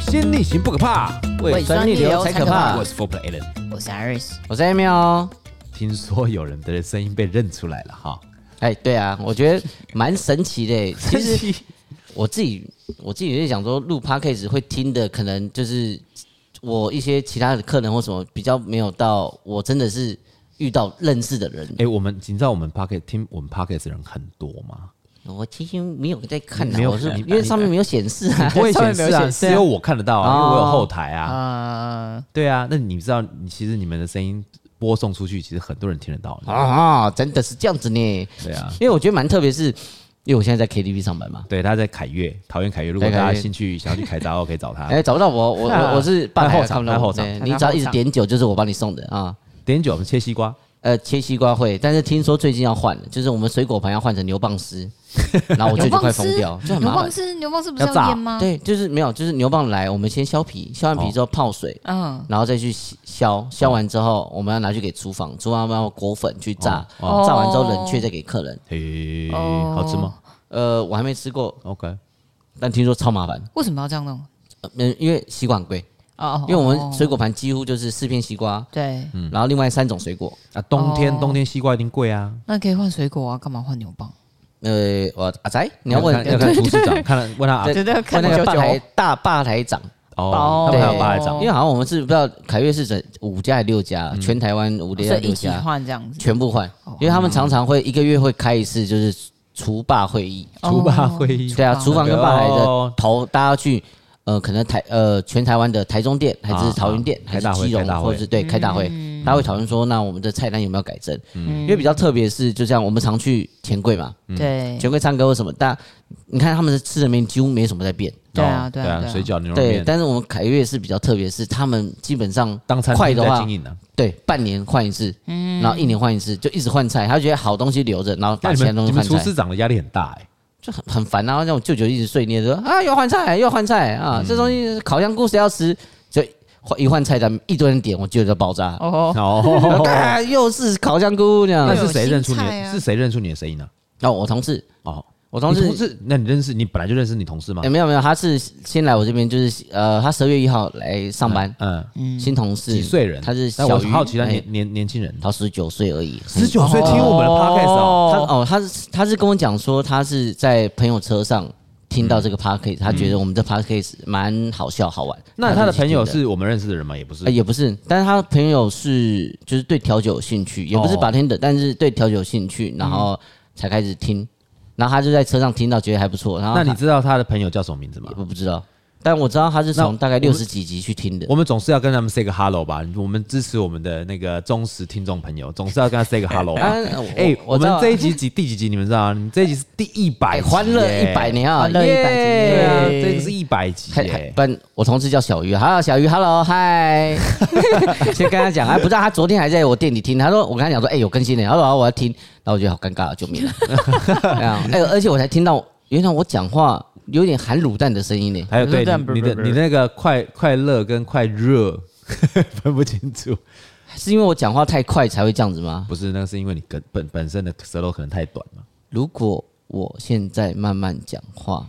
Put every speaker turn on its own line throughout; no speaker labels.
先逆行不可怕。
胃酸逆流才可怕
我。是 Four Play Allen。
我是 Iris，
我是 Amy 哦。
听说有人的声音被认出来了哈，
哎，对啊，我觉得蛮神奇的。欸 其实我自己我自己就想说，录 podcast 会听的，可能就是我一些其他的客人或什么比较没有到，我真的是遇到认识的人。
哎、我们你知道我们 Pocket 听我们 Pocket 的人很多 吗？
我其实没有在看
你
啊，
没有
我是
看
因为上面没有显示啊。
不会
上
显
面没有
示啊，
显示啊
只有我看得到啊，因为我有后台啊。
呃，
对啊，那你知道，你其实你们的声音播送出去，其实很多人听得到。
啊啊，真的是这样子呢。
对啊，
因为我觉得蛮特别，是因为我现在在 KTV 上班嘛。
对，他在凯悦，桃园凯悦。如果
在
大
凯悦
家兴趣想要去凯杂，我可以找他。
哎，找不到我，我我我是办
啊在后
台
场
看不到
在
我
后场
对
在
你
后
只要一直
场
点酒，就是我帮你送的啊。
点酒，我们切西瓜。
呃，切西瓜会，但是听说最近要换了，就是我们水果盘要换成牛蒡丝，然后我
牛
就就快
蒡
疯
丝，
掉，就很
牛
麻
蒡
烦。
丝，牛蒡丝不是
要炸
要腌吗？，
对，就是没有，就是牛蒡来，我们先削皮，削完
哦
皮之后泡水，
嗯，
然后再去削，削完之后我们要拿去给厨房，厨房要裹粉去炸，
哦
炸完之后冷却再给客人。
嘿，
哦
好吃吗
呃，我还没吃过，
？OK，
但听说超麻烦，
为什么要这样弄？
呃嗯、因为西瓜很贵，
哦，哦
因为我们嗯
哦
水果盘几乎就是四片西瓜，
对，
嗯
然后另外三种水果。
啊，冬天
哦
冬天西瓜一定贵啊。
那可以换水果啊，干嘛换牛蒡？
呃，我阿仔，你要 问
看要看厨师长，看了问他啊
对
觉得看
问那
九
个
九
吧台大吧台长。
哦，他
对
们还有八来长
因为好像我们是不知道凯悦是整五家还六家，全台湾五家
嗯哦所
还
以一
六
起
家
换这哦样子，
全部换，因为他们常常会一个月会开一次，就是厨霸会议。
厨霸
哦
会议，
对啊，
厨
厨
霸
房跟吧台
哦
的头，大家去呃，可能台呃全台湾的台中店还是
啊
桃园店
啊
还
开大
是
会
基隆
开大，会
或者
嗯
是对开大会，大家会讨论说，那我们的菜单有没有改正？
嗯
因为比较特别是，就像我们常去钱柜嘛，
对，啊
钱柜唱歌或什么，但你看他们的吃的面几乎没什么在变。
哦
对啊
对
对啊对啊
水饺牛肉
对，
面，
但是我们凯悦是比较特别，是他们基本上
当餐
快
厅
的
在
话
经，营呢。
对，半年换一次，然后一年换一次，就一直换菜。他觉得好东西留着，然后
那
把
你
其他
们
东
你
西
们
换
厨
菜
师，长的压力很大哎。
就很很烦啊。然后让我舅舅一直碎念说啊，又换菜，又换菜
嗯
啊，这东西烤香菇谁要吃？就换一换菜单，一堆人点，我舅舅就爆炸。
哦，
哦，
啊，又是烤香菇这样
那
对。
是谁认出你
有新菜
的？
啊
是谁认出你的声音呢？
然后我同事，
哦，
我同
你同
事。
事，那你认识你本来就认识你同事吗
哎，？没有没有，他是先来我这边，就是呃，他十二月一号来上班，
嗯，
新同事，
几岁人？
他是
但
小
我
于
好奇他
哎
年年年轻人，
他十九岁而已，
十九岁听我们的 podcast 哦，
他哦，他是他是跟我讲说，他是在朋友车上听
嗯
到这个 podcast，、他觉得我们这 podcast 蛮好笑好玩。
那他的
就去
朋友
听的、
是我们认识的人吗？也不是
呃，也不是，但是他的朋友是就是对调酒有兴趣，也不是
哦
bartender，、但是对调酒有兴趣，然后才开始听，然后他就在车上听到，觉得还不错。然后
那你
他
知道他的朋友叫什么名字吗？
我不知道，但我知道他是从大概
那我
六
们
十几集去听的。
我们总是要跟他们 say 个 hello 吧，我们支持我们的那个忠实听众朋友，总是要跟他 say 个 hello 吧。
啊我
哎、
我
我
知道
们这一集几第几集？你们知道啊？你这一集是第一百、
哎欢乐一百，年啊，
欢乐100集
耶对啊，
耶
这个是一百集
还还
耶。
不然我同事叫小鱼，Hello 小鱼，Hello 嗨， 先跟他讲，哎，不知道他昨天还在我店里听，他说我跟他讲说，哎、有更新的，他说好我要听，然后我觉得好尴尬啊，救命啊！哎呀，哎、而且我才听到，原来我讲话有点含卤蛋的声音呢，
还有对
我说
你你
这
的
样
你那个快快乐跟快热 分不清楚，
是因为我讲话太快才会这样子吗？
不是那是因为你跟本本身的舌头可能太短嘛。
如果我现在慢慢讲话，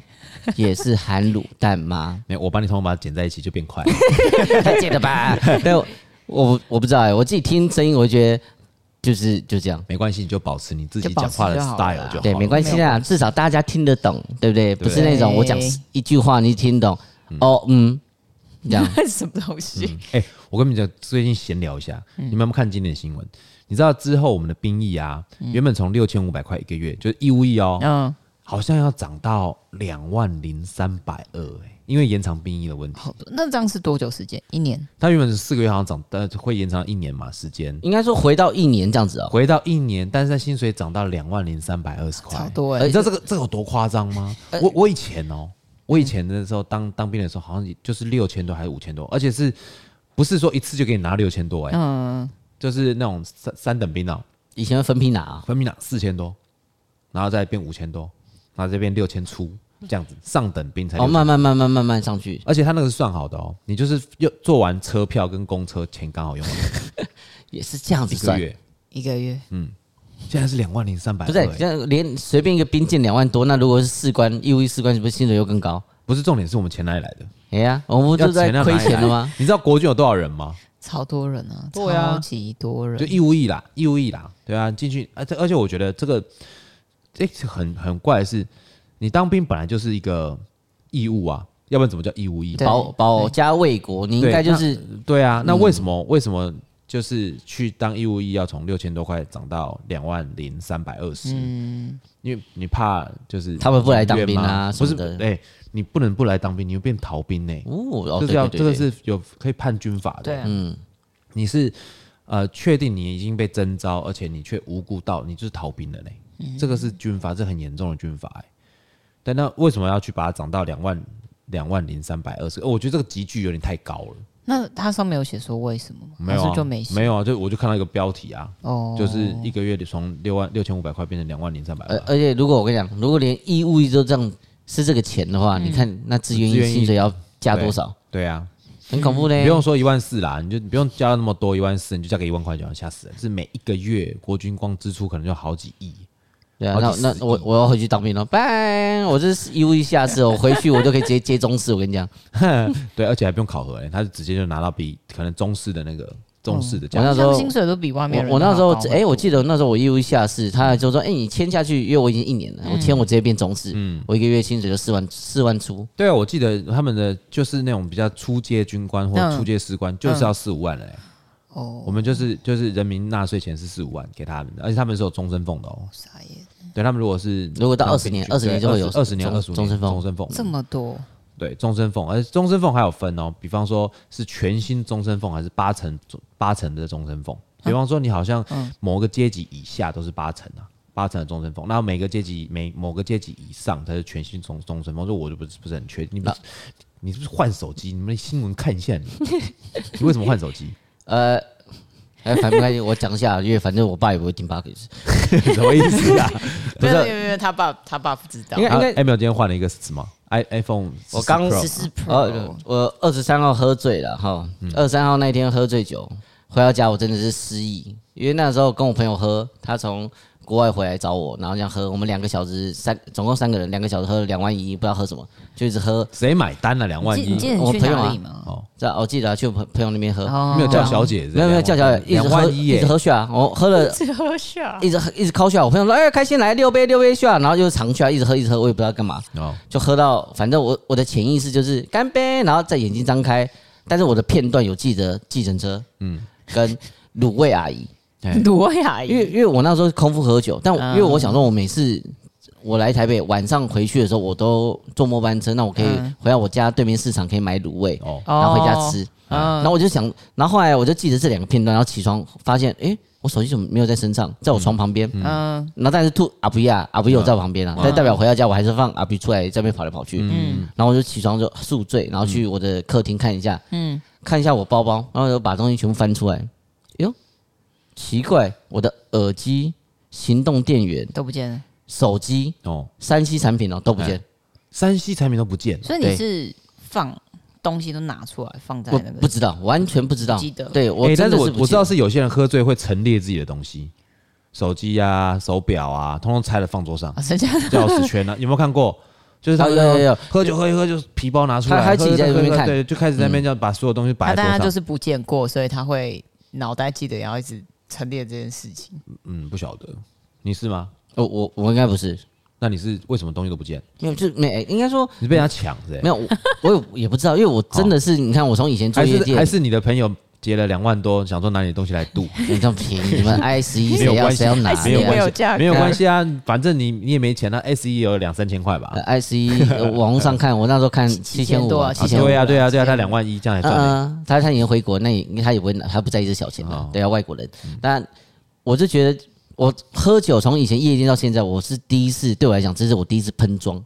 也是含卤蛋吗？
没有，我帮你通通把它剪在一起就变 快。
太贱了吧？ 但我我我不知道哎、我自己听声音，我会觉得就是就这样。
没关系，你就保持你自己
就保
讲
持
话的
就
style
好
就
了
好了。
对，没关系
没有
啦，至少大家听得懂，对不对？
对
不是那种我讲一句话你听懂，哦，嗯，这样
什么东西？
哎、我跟你们讲，最近闲聊一下，
嗯
你们有没有看今天的新闻？你知道之后我们的兵役啊，
嗯
原本从六千五百块一个月，就是义务役哦，
嗯，
好像要涨到两万零三百二，哎，因为延长兵役的问题，
好多，那这样是多久时间？一年？
它原本是四个月，好像涨，但会延长一年嘛时间，
应该说回到一年这样子哦。
回到一年，但是它薪水涨到两万零三百二十
超
块，呃
多哎、
你知道这个这个有多夸张吗？我我以前哦，我以前的时候当当兵的时候，好像就是六千多还是五千多，而且是不是说一次就给你拿六千多、哎、
嗯，
就是那种三三等兵啊，
以前会分批拿啊，
分兵拿四千多，然后再变五千多，然后再变六千出，这样子上等兵才6000
哦，慢慢慢慢慢慢上去，
而且他那个是算好的哦，你就是又做完车票跟公车钱刚好用完
也是这样子
一个
算。
月，
一个月，
嗯
现在是两万零三百，
不是，这样连随便一个兵进两万多，那如果是士官义务役士官，是不是薪水又更高？
不是重点，是我们钱哪里来的？
哎呀，我们不
要
就在
要
亏
哪里
钱
来
了吗？？
你知道国军有多少人吗？
超多人啊，
对啊
超级多人
就，义务役啦，义务役啦，对啊，进去，而且而且我觉得这个这很很怪的是，你当兵本来就是一个义务啊，要不然怎么叫义务役？
对
保保家卫国，你应该就是
对啊，那为什么、为什么就是去当义务役要从六千多块涨到两万零三百二十？因为你怕就是
他们不来当兵啊
你不是
什么的
对，你不能不来当兵，你会变逃兵呢、
哦，哦
这
对
是要
对对
这个
对
是有可以判军法的，
对啊
嗯，
你是呃确定你已经被征召，而且你却无故到，你就是逃兵了嘞。
嗯
这个是军阀，这很严重的军阀、欸。但那为什么要去把它涨到两万两万零三百二十？哦我觉得这个集聚有点太高了。
那它上面有写说为什么吗？
没有、
还
啊
是，就没写
没有啊，就我就看到一个标题啊，
哦，
就是一个月里从六万六千五百块变成两万啊零三百
而
块。
呃
而且如果我跟你讲，如果连义务役都这样是这个钱的话，你看那志愿
志嗯
役
愿役
薪水要加多少？
对啊，
很恐怖嘞
不。用说一万四啦，你就你不用交那么多一万四，你就交给一万块就好，吓死人！是每一个月国军光支出可能就好几亿。
对啊，
好
那
几
那
十亿
我我要回去当兵了，拜！我这是义务役下士哦，我回去我就可以接接中士。我 跟你讲，
对，而且还不用考核、欸，他就直接就拿到比可能中式的那个中式的价
我那
格。
时候
像薪水都比外面人
我我那时候
还要高
哎、我记得那时候我义务役下士，他就说，哎、你签下去，因为我已经一年了，我签我直接变中士，
嗯
我一个月薪水就四万四万出，
对啊，我记得他们的就是那种比较初阶军官或
嗯
初阶士官，就是要四五万了、欸。
哦，
我们就是就是人民纳税钱是四五万给他们的，而且他们是有终身俸的哦。
傻眼，
对他们如果是
如果到
当
20年
兵去
20年
对
就会有
二十年
终
二十
终身俸
终身俸
这么多，
对终身俸，而且终身俸还有分哦，比方说是全新终身俸还是八成八成的终身俸，
嗯
比方说你好像某个阶级以下都是八成啊，八成的终身俸，那每个阶级每某个阶级以上才是全新终终身俸，这我就不是不是很确定。你不是、
嗯
你是不是换手机？你们新闻看一下你，你为什么换手机？
呃，哎、反正没关系，我讲一下，因为反正我爸也不会听 p o d
什么意思啊？
没有没有没有，他爸他爸不知道
应该
啊
应该
Emil 今天换了一个是什么？i iPhone 14
我刚
Pro
十四 Pro
呃，我二十三号喝醉了哈，
嗯
二十三号那天喝醉酒回到家，我真的是失忆，因为那时候跟我朋友喝，他从国外回来找我，然后这样喝，我们两个小时三总共三个人，两个小时喝了两万一，不知道喝什么，就一直喝。
谁买单了、两万
你记
一
你？记得你
我
去
朋友啊
哪里吗？
哦，
这样我记得、啊、去我朋朋友那边喝，
哦
没有叫小姐，
没有没有叫小姐，一直
两
喝
万一
一
耶
直。喝下，我喝了
这喝下
一直喝一直靠下，我朋友说哎开心来六杯六杯下，然后就是长啊下一直喝一直喝，我也不知道干嘛，
哦，
就喝到，反正我我的潜意识就是干杯，然后再眼睛张开，但是我的片段有记得计程车，嗯，跟卤味阿姨，
罗雅
哎因为
怡，
因为我那时候是空腹喝酒，但我
嗯
因为我想说，我每次我来台北晚上回去的时候，我都坐末班车，那我可以
嗯
回到我家对面市场可以买卤味，
哦
然后回家吃，哎
嗯，
然后我就想，然后后来我就记得这两个片段，然后起床发现，诶，我手机怎么没有在身上，在我床旁边，
嗯
然后但是吐阿布亚，阿布
嗯
亚我在我旁边啊，但代表回到家我还是放阿布出来这边跑来跑去，
嗯
然后我就起床就宿醉，然后去
嗯
我的客厅看一下，
嗯，
看一下我包包，然后就把东西全部翻出来，哟，奇怪，我的耳机、行动电源、
都不见了。
手机、
哦，
三 C 产品哦都不见，
山西产品都不见了。
所以你是放东西都拿出来放在
我
那个
不知道，完全不知道，
不记得
对我
哎，但
真的
是
是
我
不
我知
记
道
得
是有些人喝醉会陈列自己的东西，手机啊、手表啊，通通拆了放桌 上
啊，，剩下
钥匙圈啊，有没有看过？就是他
哦
们
有有有
喝酒喝一喝，就是皮包拿出来，
他他自己
喝一喝
在那
喝
边
一喝
看嗯
对，就开始在那边这样把所有东西
他
摆在
当然
桌上。
就是不见过，所以他会脑袋记得要一直陈列这件事情。
嗯，不晓得你是吗？
我哦我我应该不是，
那你是为什么东西都不见？
没有就没应该说
你是被人家抢是不是？
没有，我我有也不知道，因为我真的是你看我从以前做
还
业
是
界
还。是你的朋友结了两万多，想说拿你的东西来 度？
你这样便宜， 你们 i 十一
没
谁
有
要
关系
谁要拿
还？是
没有
没有
关系
价，格
没有关系啊，反正你你也没钱，那啊 S 一有两三千块吧
呃？i 十一网络上看，我那时候看七千
千
五
多啊
七千
7500
五
对，啊对啊对啊，
7500
他两万一这样还
嗯
算没。
嗯，他他已经回国，那也他也不会拿，他不在意这小钱的
哦，
对啊，外国人。但我就觉得，我喝酒从以前夜店到现在，我是第一次，对我来讲，这是我第一次喷装。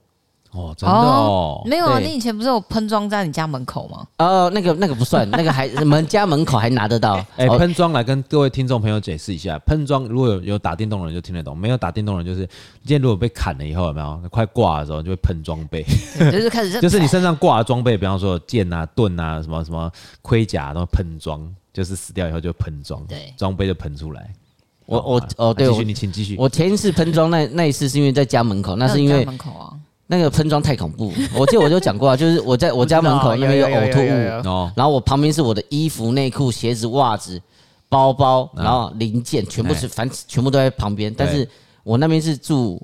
哦，真的哦，
没有啊，
对
你以前不是有喷装在你家门口 吗？
哦，那个那个不算，那个还门家门口还拿得到。
哎、
哦
喷装来跟各位听众朋友解释一下，喷装如果有有打电动的人就听得懂，没有打电动的人就是今天如果被砍了以后有没有快挂的时候就会喷装 备，
对就是开始
就是你身上挂的装备，比方说有剑啊、盾啊、什么什么盔甲，然后喷装，就是死掉以后就喷装，
对
装备就喷出来。
我我
好
哦，对
啊继
我
续你请继续。
我前一次喷装那那一次是因为在家门口，那是因
你
为
家门口啊，
那个喷窗太恐怖，我记得我就讲过啊，就是我在我家门口那边有呕吐
有有有有有
物，
哦，
然后我旁边是我的衣服、内裤、鞋子、袜子、包包，
嗯
然后零件全部
哎
是，反正全部都在旁边。但是我那边是住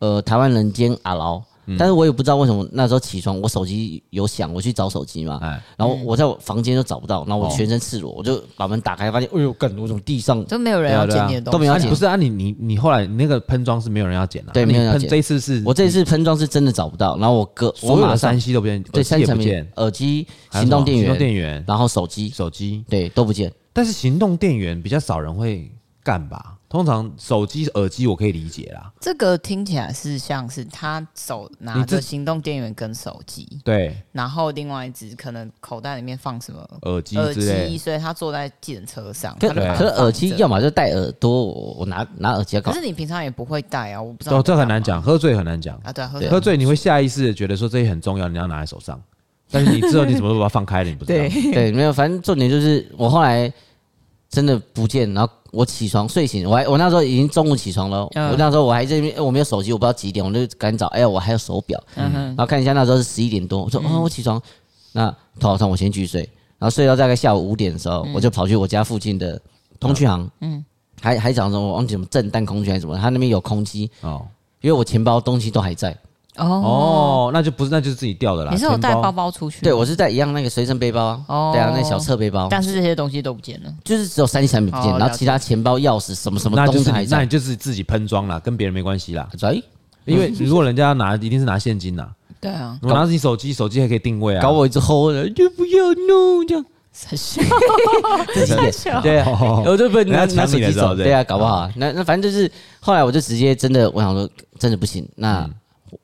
呃台湾人间阿劳，
嗯
但是我也不知道为什么那时候起床我手机有响，我去找手机嘛，
哎，
然后我在我房间都找不到，然后我
哦
全身赤裸，我就把门打开，发现哎呦，干，我怎么地上
都没有人
对啊
要
对啊
捡你的东西，
都没有
啊
剪
不是啊，你你你后来你那个喷妆是没有人要剪的，
对
啊你
没有人要
喷
剪
这一次是
我这次喷装是真的找不到，然后我哥我
所有
马
的
上
山西都不见，
对
耳机
三
也
层
不
面
见，
耳机、
还有
行动
什么
电
行动
源，
电源、
然后手机，
手机，
对都不见。
但是行动电源比较少人会干吧？通常手机、耳机我可以理解啦，
这个听起来是像是他手拿
你
着
这
行动电源跟手机，
对，
然后另外一只可能口袋里面放什么
耳机
耳
之类
机，
的，
所以他坐在计程车上，
可
他就把它
可是耳机
放着
要么就戴耳朵，我我拿拿耳机来 搞
可。是你平常也不会戴啊，我不知道
哦，
你在
这
干嘛。
很难讲，喝醉很难讲，
啊，对啊，喝
对
喝
酒
醉你会下意识的觉得说这些很重要，你要拿在手 上，但是你知道你怎么都把它放开了，你不知道。
对，没有，反正重点就是我后来真的不见，然后我起床睡醒，我还我那时候已经中午起床了，
嗯
我那时候我还在那边，我没有手机，我不知道几点，我就赶紧找，哎呀，我还有手表，
嗯
然后看一下那时候是十一点多，我说哦，我起床，那头好痛，我先去睡，然后睡到大概下午五点的时候，
嗯
我就跑去我家附近的通讯行，嗯。还还讲什么？我忘记什么震蛋空军还是什么？他那边有空机，
哦
因为我钱包东西都还在。
哦
哦，那就不是，那就是自己掉的啦。
你是有
钱
带包包出去？
对，我是在一样那个随身背包啊，
哦
对啊，那小侧背包。
但是这些东西都不见了。
就是只有三 C 产品不见，
哦
然
了
后
解
其他钱包、钥匙什么什么
那就
东西
是
还
你那
在
你。就是自己喷装啦，跟别人没关系啦。
哎，
因为如果人家要拿，一定是拿现金啦。
对啊，
我拿着你手机，手机还可以定位啊。
搞我一只猴的，就不要弄这样，
很 笑，
对啊，
哦
我就被
人家
拿
抢
拿
你
手
的
机
时候
走，
对哦
对啊，搞不好啊。那那反正就是后来我就直接真的，我想说真的不行，那
嗯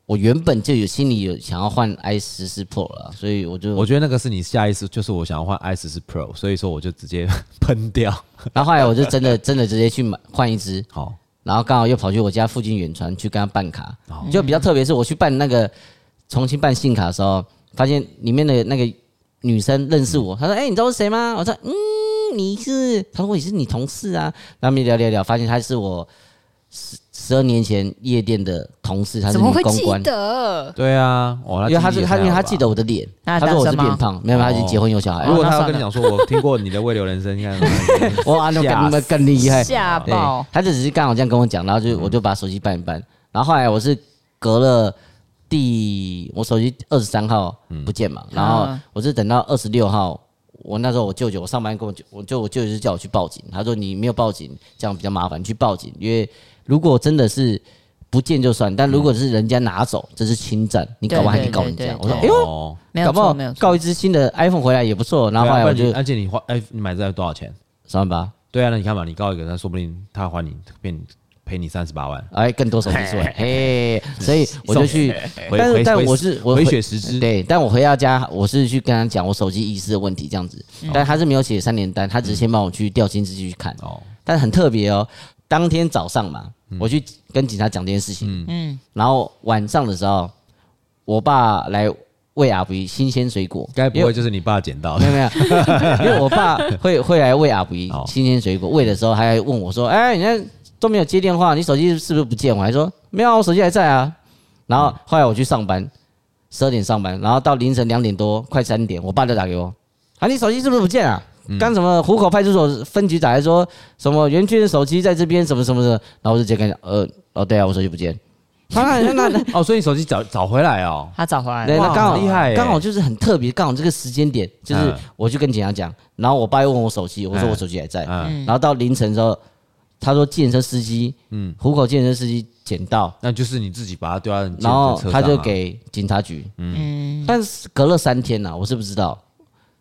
我原本就有心里有想要换 i 十四 Pro 了，啊所以我就
我觉得那个是你下意识，就是我想要换 i 十四 Pro，所以说我就直接 喷掉。
然后后来我就真的真的直接去买换一只，
好，
然后刚好又跑去我家附近远传去跟他办卡，就比较特别是我去办那个重新办信卡的时候，发现里面的那个女生认识我，她说：“哎、你知道我是谁吗？”我说：“嗯，你是。”她说：“我也是你同事啊。”然后我们聊聊聊，发现她是我十十二年前夜店的同事，她是
怎
女
么会
公
记
关。
得？
对啊，哦，
因为她是她，
他
因为她记得我的脸，
那
她说我
单身
是
吗
变胖，没有，她已经结婚有小孩
如
了。
果
哦那
啊他要
算
跟你讲说，我听过你的未留人生，你看
哇，那
吓
更你们更厉害，
啊
吓
对
爆！，
他就只是刚好这样跟我讲，然后
嗯
就我就把手机办一办，然后后来我是隔了第我手机二十三号
嗯
不见嘛，然后
啊
我是等到二十六号，我那时候我舅舅我上班跟我舅，我就我舅舅就叫我去报警，他说你没有报警，这样比较麻烦，你去报警，因为如果真的是。不见就算，
嗯
但如果是人家拿走，这是侵占，你搞完还可以告人家
对对。
我说，
哦
哎
对
呦，
呦，
没有
搞不
错，
好
没有错
告一只新的 iPhone 回来也不错。然
然
后
后
后来我
而
就
且而且你花哎，你买这台多少钱？
三万八，
对啊，那你看嘛，你告一个，那说不定他还你，变赔你三十八万，
哎，更多手机 出来，嘿，所以我就去
回
哎但是
回
但
回
我是我
回
回
血十支。
嗯对，但我回到家，我是去跟他讲我手机遗失的问题这样子，
嗯
但他是没有写三联单，他只是先帮我去调监视器去看，
哦，
但很特别哦。当天早上嘛，
嗯
我去跟警察讲这件事情，嗯，然后晚上的时候，我爸来喂阿比新鲜水果，
该不
因
会
为
就是你爸捡到
没
的？
有没有，因为我爸会会来喂阿比
哦
新鲜水果，喂的时候还问我说：“哎，你看都没有接电话，你手机是不是不见？”我还说：“没有啊，我手机还在啊。”然后后来我去上班，十二点上班，然后到凌晨两点多，快三点，我爸就打给我：“啊，你手机是不是不见啊？”刚什么虎口派出所分局打来说什么园区的手机在这边什么什么的，然后我就直接跟他讲：“呃，哦对啊，我手机不见。”啊，那那
哦，所以你手机找找回来哦。
他找回来
对，
了，
哇
那刚好
很厉害欸
刚好就是很特别，刚好这个时间点，就是
嗯
我去跟警察讲，然后我爸又问我手机，我
嗯
说我手机还在，
嗯，
然后到凌晨之后，他说计程车司机，嗯，虎口计程车司机捡到，
那就是你自己把它丢在你自己
然
的
后
车上啊
他就给警察局，嗯，但是隔了三天呐，我是不知道，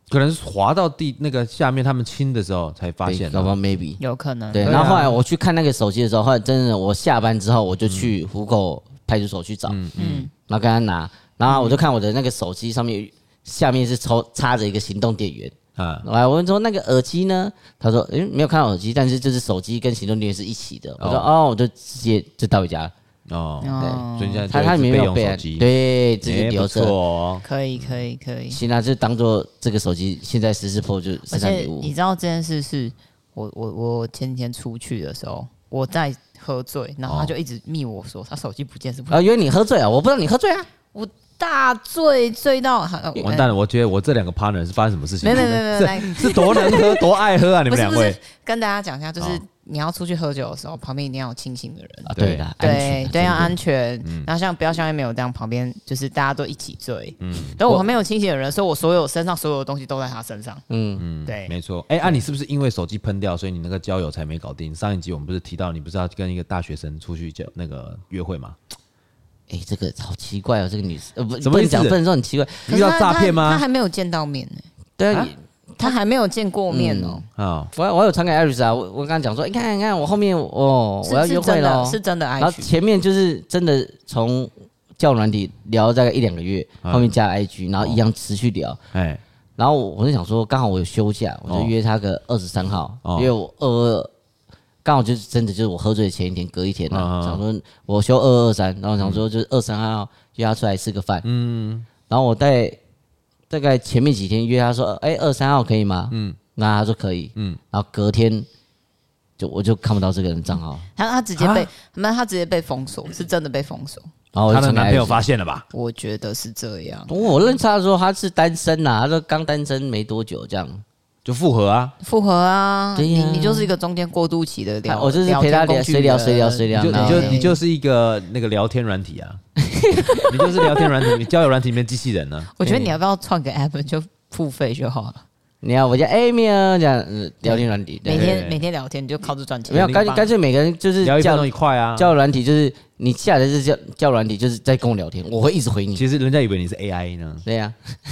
可能是滑到地那个下面，他们亲的时候才发
对，
现
搞不
啊。
好 maybe。
有可能。
对，
对啊
然后后来我去看那个手机的时候，后来真的我下班之后我就去虎口派出所去找，
嗯，
然后跟他拿，然后我就看我的那个手机上面下面是抽插着一个行动电源。
嗯，
来，我问说那个耳机呢？他说，诶、没有看到耳机，但是就是手机跟行动电源是一起的。我说，哦，我就直接就带回家了。
哦，
哦
所以，你现在
他
就
他
一直
没
备
有
用
备
手
案
机，
对，直接
哎
留
不错
着。
哦。
可以，可以，可以。
行啊，就当做这个手机现在十四 Pro 就
而
圣诞
且
礼物
你。知道这件事是我我我前几天出去的时候，我在喝醉，然后
哦
他就一直密我说他手机不见是不
啊，因为你喝醉啊，我不知道你喝醉啊，
我大醉醉到好呃像
完
哎
蛋了，我觉得我这两个 partner 是发生什么事情？
没没没没没来
是是多能 喝多爱喝啊！你
不
们
是
两
不
位
是，跟大家讲一下，就是
哦
你要出去喝酒的时候，旁边一定要有清醒的人。
啊
对
对的，安全
对
啊
对，要
真
安
的嗯
全。然后像不要像没有这样，旁边就是大家都一起醉。嗯，但我旁边有清醒的人，所以我所有身上所有的东西都在他身上。
嗯，
嗯
对
没错。哎，啊，你是不是因为手机喷掉，所以你那个交友才没搞定？上一集我们不是提到你不是要跟一个大学生出去交那个约会吗？
哎，这个好奇怪哦，这个女生呃不
什
不
么意
能
思啊
讲，不能说很奇怪，
遇到诈骗
他
吗？
还没有见到面呢，
对啊
啊
你
他还没有见过面哦。
嗯
啊，
我我有传给艾瑞斯啊，我我跟他讲说，你看你看，我后面哦
是
我要约会了，
是真的爱
然后
去。
前面就是真的从教软体聊大概一两个月，
嗯
后面加 IG，然后一样持续聊，
哎，
然后我我就想说，刚好我有休假，我
哦
就约他个二十三号，
哦
因为我二二。刚好就是真的就是我喝醉的前一天，隔一天了、
嗯嗯嗯
想说我休二二三，然后想说就是二三号约他出来吃个饭，嗯，然后我在大概前面几天约他说，哎、二三号可以吗？嗯，那他说可以，嗯，然后隔天就我就看不到这个人账
嗯
号，
他他直接
啊
被，那他直接被封锁，是真的被封锁。
然哦后我就
她的
传给
男朋友
Iris
发现了吧？
我觉得是这样。
我认识他的时候，他是单身呐、他说刚单身没多久这样。
就复合啊，
复合啊，
对呀啊
你你就是一个中间过渡期的聊，
我就是陪他聊，
天工具
随聊
人
随聊随
你
聊，
就
然
你
后
就你就是一个那个聊天软体啊， 你就是聊天软体，你交友软体里面机器人呢、
我觉得你要不要创个 app 就付费就好了，
你看我叫 Amy 啊，这样呃聊天软体，
每
对，
天
对
每天聊天你就靠着赚钱。
没有干
干
干脆每个人 就是
聊一分
叫
钟一块啊。
叫软体，就是你下载这叫叫软体，就是在跟我聊天，我会一直回你。
其实人家以为你是 AI 呢，
对呀，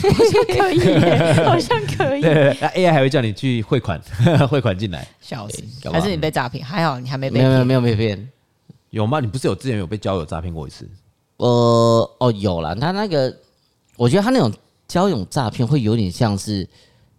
可以耶，好像 可以。
对，那 AI 还会叫你去汇款， 汇款进来，
笑死
干！嘛
还是你被诈骗？还好你还没被
没有没有
骗。
没有被骗，
有吗？你不是有之前有被交友诈骗过一次？
呃哦有啦，他那个我觉得他那种交友诈骗会有点像是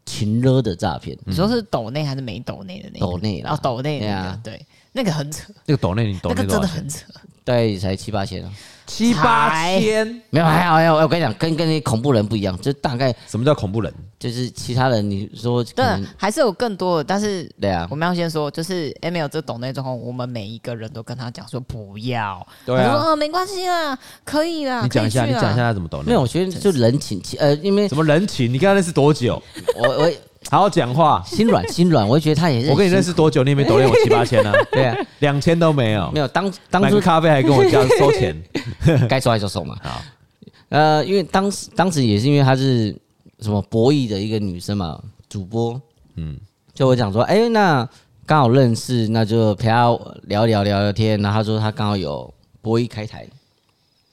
情勒的诈骗，
你说是抖内还是没抖内的那个？
嗯抖内啦
哦，抖内那
对
个
啊，
对，那个很扯，
那个抖内你抖
那
内
个
多少
真的
钱？
很扯。
大概才七八千啊。
七八千？
没有还好还好，我跟你讲，跟跟那些恐怖人不一样，就大概
什么叫恐怖人？
就是其他人，你说可
对啊
能，
啊
还是有更多的，但是
对啊
我，们要先说，就是 e m i 这懂内状况，我们每一个人都跟他讲说不要，
对啊
他说哦没关系啦，可以啦，
你讲一下，
啊可以
你
去啦
讲一下，他怎么抖内？
没有，我觉得就人情，其呃，因为
什么人情？你跟他认识多久？
我 我。
好好讲话
心软心软，我会觉得他也是，
我跟你认，识多久？你也没抖 内我七八千啊？
对 啊，
两千都没有
没。有当当
买个
初
咖啡还跟我家收 钱，
该收还是收嘛，
好，
呃，因为当时当时也是因为她是什么博弈的一个女生嘛，主播，嗯，就我讲说，哎、那刚好认识，那就陪她聊一聊聊聊天，然后她说她刚好有博弈开台，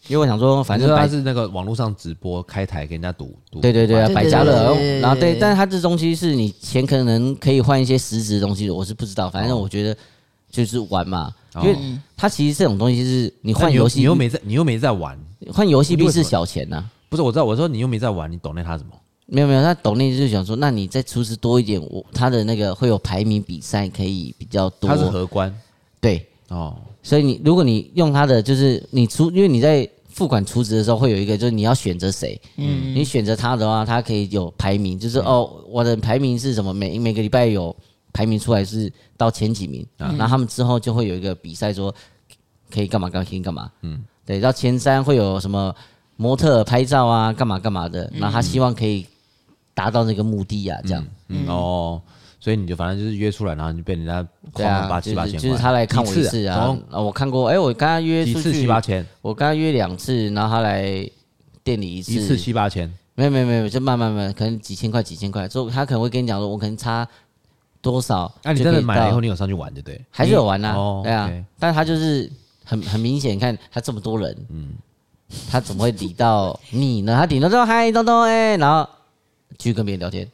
因为我想说
反
反
正
正
他
白
是那个网络上直播开台给人家赌赌，
对对对啊，
对
百
对
家
对
乐
对对，对
然后对，
对
但是它这东西是你钱可能可以换一些实质的东西，我是不知道，反正我觉得就是玩嘛，
哦
因为它其实这种东西是你
你
换游戏
你又没在，你又没在玩，
换游戏
你
币
为什么
是小钱呐、
不是我知道，我说你又没在玩，你抖内他什么？
没有没有，那董内就想说，那你再出资多一点，我他的那个会有排名比赛，可以比较多
他。是荷官
对，
哦，
所以你如果你用他的，就是你出，因为你在付款出资的时候会有一个，就是你要选择谁，嗯，你选择他的话，他可以有排名，就是、
嗯
哦，我的排名是什么？每每个礼拜有排名出来是到前几名，
嗯
然后他们之后就会有一个比赛，说可以干嘛干嘛可以干嘛，嗯，对，到前三会有什么模特儿拍照啊，干嘛干嘛的，然后他希望可以达到那个目的啊，这样。
嗯哦，所以你就反正就是约出来，然后你就被人家
对
狂了
啊，
八
就
七八
是
千块，
就是他来看我一
几
次
总
啊
共，
啊我看过，哎，我跟他约
几
出
次
去
七八千，
我跟他约两次，然后他来店里一次，
一次七八千，
没有没有没有，就慢慢慢慢，可能几千块几千块，之后他可能会跟你讲说，我可能差多少就可
那、你
以到，
真的买了以后，你有上去玩就对，
还是有玩呐、
你哦
对啊，
OK
但他就是很很明显，你看他这么多人，嗯，他怎么会理到你呢？他顶多说嗨东东哎，然后继续跟别人聊天，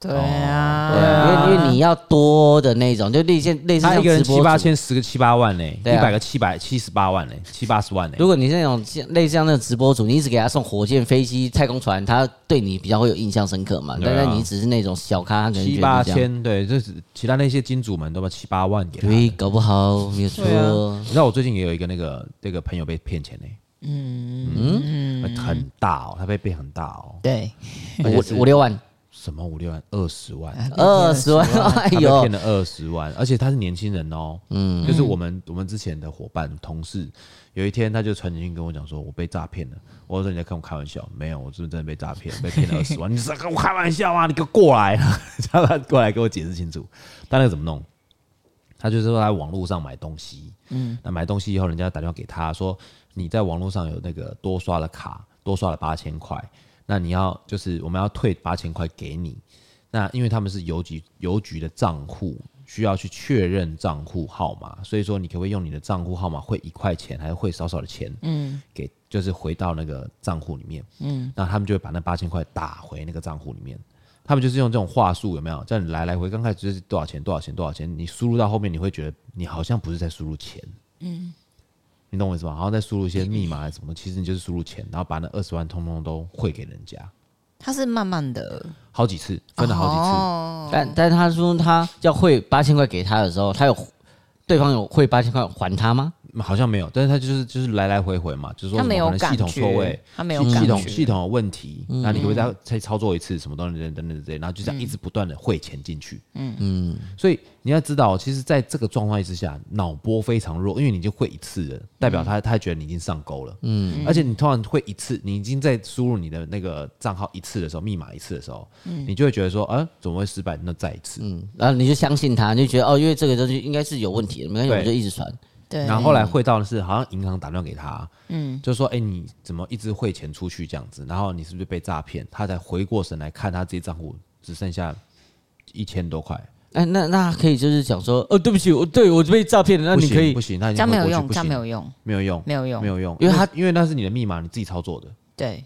对
哦
啊，
对啊，因为因为你要多的那种，就类似类似
他
像
一个人
直播
七八
主
千，十个七八万呢、一
对啊
百、个七百七十八万呢、七八十万呢、
如果你是那种像类似像那种直播主，你一直给他送火箭、飞机、太空船，他对你比较会有印象深刻嘛。
对啊
但是你只是那种小咖，他可能觉得
七
你
八
这样，
千，对，就是其他那些金主们都把七八万给他。啊
对，
你
搞不好没有错。
对
知道我最近也有一个那个这个朋友被骗钱呢、嗯嗯，很大哦，他被骗很大哦，
对，
而且
五
是
五六万，
什么五六万，二十万，
二十万，
他
哎
被
呦
骗，了二十万，而且他是年轻人哦，嗯，就是我们我们之前的伙伴同事，有一天他就传简讯跟我讲说，我被诈骗了。我说你在跟我开玩笑，没有，我是真的被诈骗，被骗了二十万。你是在跟我开玩笑啊吗？你给我过来，叫 他过来给我解释清楚。但那个怎么弄？他就是说在网络上买东西，嗯，那买东西以后，人家打电话给他说，你在网络上有那个多刷了卡，多刷了八千块，那你要就是我们要退八千块给你，那因为他们是邮局邮局的账户，需要去确认账户号码，所以说你可不可以用你的账户号码汇一块钱，还是汇少少的钱，嗯，给就是回到那个账户里面，嗯，那他们就会把那八千块打回那个账户里面。他们就是用这种话术，有没有？叫你来来回，刚开始就是多少钱，多少钱，多少钱，你输入到后面，你会觉得你好像不是在输入钱，嗯，你懂我意思吗？然后再输入一些密码还啊是什么，其实你就是输入钱，然后把那二十万通通都汇给人家，
他是慢慢的
好几次，分了好几次，
哦
但但他说他要汇八千块给他的时候，他有对方有汇八千块还他吗？
好像没有，但是他就是就是来来回回嘛，就是说
他没有
什么可能系统
感觉
错位，
他没有
系
感
系统
觉
系统有问题，那你可不可以再再操作一次什么东西等等等等，然后就
嗯
这样一直不断的汇钱进去，嗯嗯，所以你要知道，其实在这个状况之下，脑波非常弱，因为你已经汇一次了，代表他他觉得你已经上钩了，嗯，而且你通常会一次，你已经在输入你的那个账号一次的时候，密码一次的时候，你就会觉得说，啊，怎么会失败？那再一次，
嗯，然后你就相信他，你就觉得哦，因为这个东西应该是有问题的，没关系，
对
我就一直传。
对，
然后后来汇到的是，好像银行打电话给他，嗯，就说，哎、你怎么一直汇钱出去这样子？然后你是不是被诈骗？他才回过神来看他自己账户只剩下一千多块，
哎，那那可以就是讲说，哦，对不起，我对我被诈骗了，那
不
你可
行
以
不，行，他已
这
经
样没有
回过去
用，
不
这样没
行，
有用，
没有用，
没有用
没有用，
因为他
因为那是你的密码，你自己操作的，
对。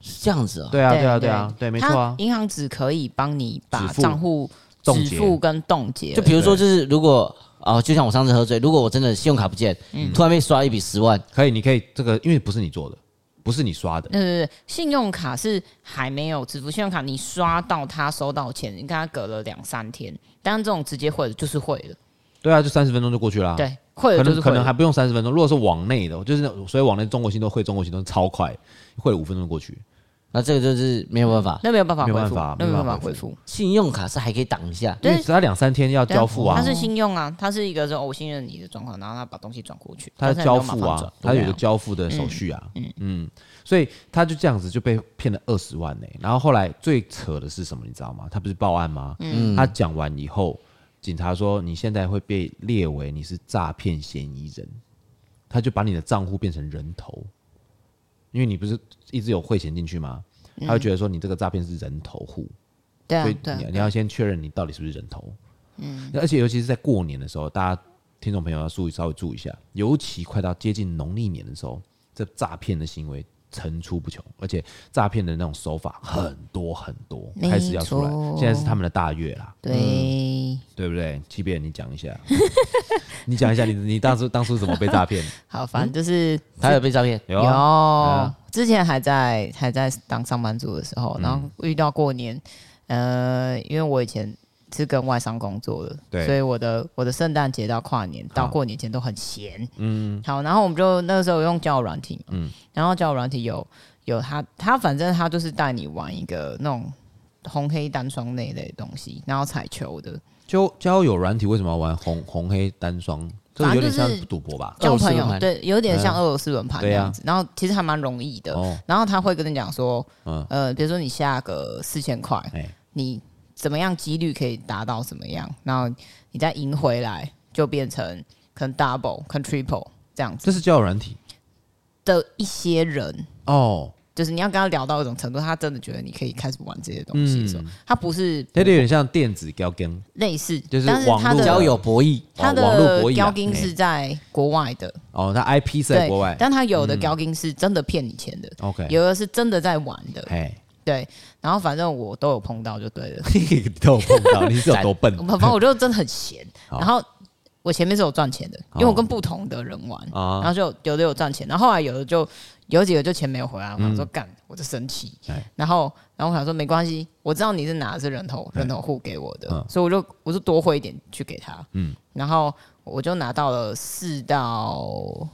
是这样子啊。
对啊，对啊，对啊，对，没错啊
它，银行只可以帮你把
止付
账户
冻
止
结
付跟冻结，
就比如说，就是如果哦，就像我上次喝醉，如果我真的信用卡不见，
嗯
突然被刷一笔十万，
可以，你可以这个，因为不是你做的，不是你刷的，
对对对，呃信用卡是还没有支付，信用卡你刷到他收到钱，你跟他隔了两三天，但这种直接汇的就是汇了，
对啊，就三十分钟就过去了、。
对，汇
可
了就是
能可
汇
能还
了。
不用三十分钟，如果是往内的，就是那所以往内中国行都会中国行都是超快，会了五分钟就过去。
那这个就是没有办法。
那没有办法
没
恢
有办
复
法，
那
没
有
有
办
办
法
法
恢
恢
复。
信用卡是还可以挡一下，
因
对
为只要两三天要交付啊，
它是信用啊，它是一个是我信任你的状况，然后他把东西转过去，
他
但是
交
没有
付
办法转
啊，他有一个交付的手续啊，嗯所以他就这样子就被骗了二十万呢、然后后来最扯的是什么，你知道吗？他不是报案吗？他讲完以后，警察说你现在会被列为你是诈骗嫌疑人，他就把你的账户变成人头，因为你不是一直有汇钱进去吗？他会觉得说你这个诈骗是人头户，
对啊
所以
对啊
你你要先确认你到底是不是人头。嗯，而且尤其是在过年的时候，大家听众朋友要注意稍微注意一下，尤其快到接近农历年的时候，这诈骗的行为层出不穷，而且诈骗的那种手法很多很多，
没
开始要出来
错，
现在是他们的大月啦，
对，
对不对？七便你讲一 下，你讲一下你你当初当初怎么被诈骗？
好，反正就是
他有被诈骗。
有
有、
啊啊
之前还在还在当上班族的时候，然后遇到过年，呃，因为我以前是跟外商工作的，
对
所以我的我的圣诞节到跨年到
好
过年前都很闲，嗯，好，然后我们就那个时候用交友软体嘛，嗯，然后交友软体有有他他反正他就是带你玩一个那种红黑单双那一类的东西，然后彩球的，
交交友软体为什么要玩红红黑单双？这个有点像赌博吧？
交朋
俄罗斯轮
友，
盘
对，有点像俄罗斯轮盘那
对啊
样子，然后其实还蛮容易的，
哦，
然后他会跟你讲说，
嗯
呃，比如说你下个四千块，
哎
你怎么样几率可以达到怎么样，然后你再赢回来就变成可能 double、可能 triple 这样子
这是交友软体
的一些人，
哦。
就是你要跟他聊到一种程度，他真的觉得你可以开始玩这些东西的
嗯
时候，他不是
它有点像电子交跟，
类似，
就是
但是
网
他
络
的
交友博弈，
他
网络
的
博弈啊
标金是在国外的，
哦，它 IP 是在
对
国外，嗯
但他有的标金是真的骗你钱的，
OK，
有的是真的在玩的，
哎，
对，然后反正我都有碰到就对了。
你都有碰到，你是 有多笨
我反 正我就真的很闲，
好
然后我前面是有赚钱的，因为我跟不同的人玩，然
啊？
后就有的有赚钱，然后后来有的就有几个就钱没有回来，我想说干，我就生气
嗯哎，
然后然后我想说没关系，我知道你是拿的是人头人头户给我的
哎嗯，
所以我就我就多汇一点去给他，
嗯
然后我就拿到了四到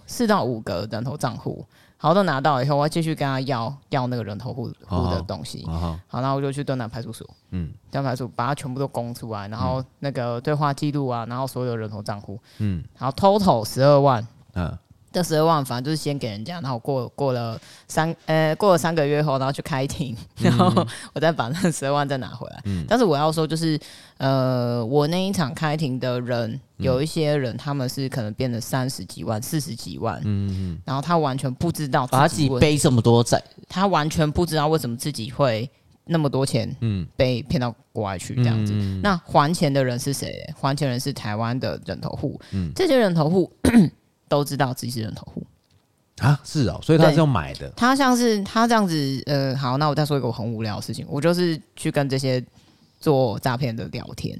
四到五个人头账户，好，都拿到以后，我要继续跟他要要那个人头户户的东西。
啊哈，
好，那我就去敦南派出所，
嗯，
敦南派出所把它全部都供出来，然后那个对话记录啊，然后所有人头账户，
嗯，
然后 total 十二万，
嗯，
这十二万反正就是先给人家，然后过过了三呃过了三个月后，然后去开庭，
嗯
然后我再把那十二万再拿回来。但是我要说就是呃，我那一场开庭的人，
嗯
有一些人他们是可能变得三十几万、四十几万，
嗯
然后他完全不知道
把他
自
自己
为
背这么多债，
他完全不知道为什么自己会那么多钱
嗯
被骗到国外去这样子。那还钱的人是谁？还钱人是台湾的人头户，
嗯
这些人头户 都知道自己是人头户。
啊，是哦，所以他是要买的，
他像是他这样子，呃，好，那我再说一个我很无聊的事情，我就是去跟这些做诈骗的聊天。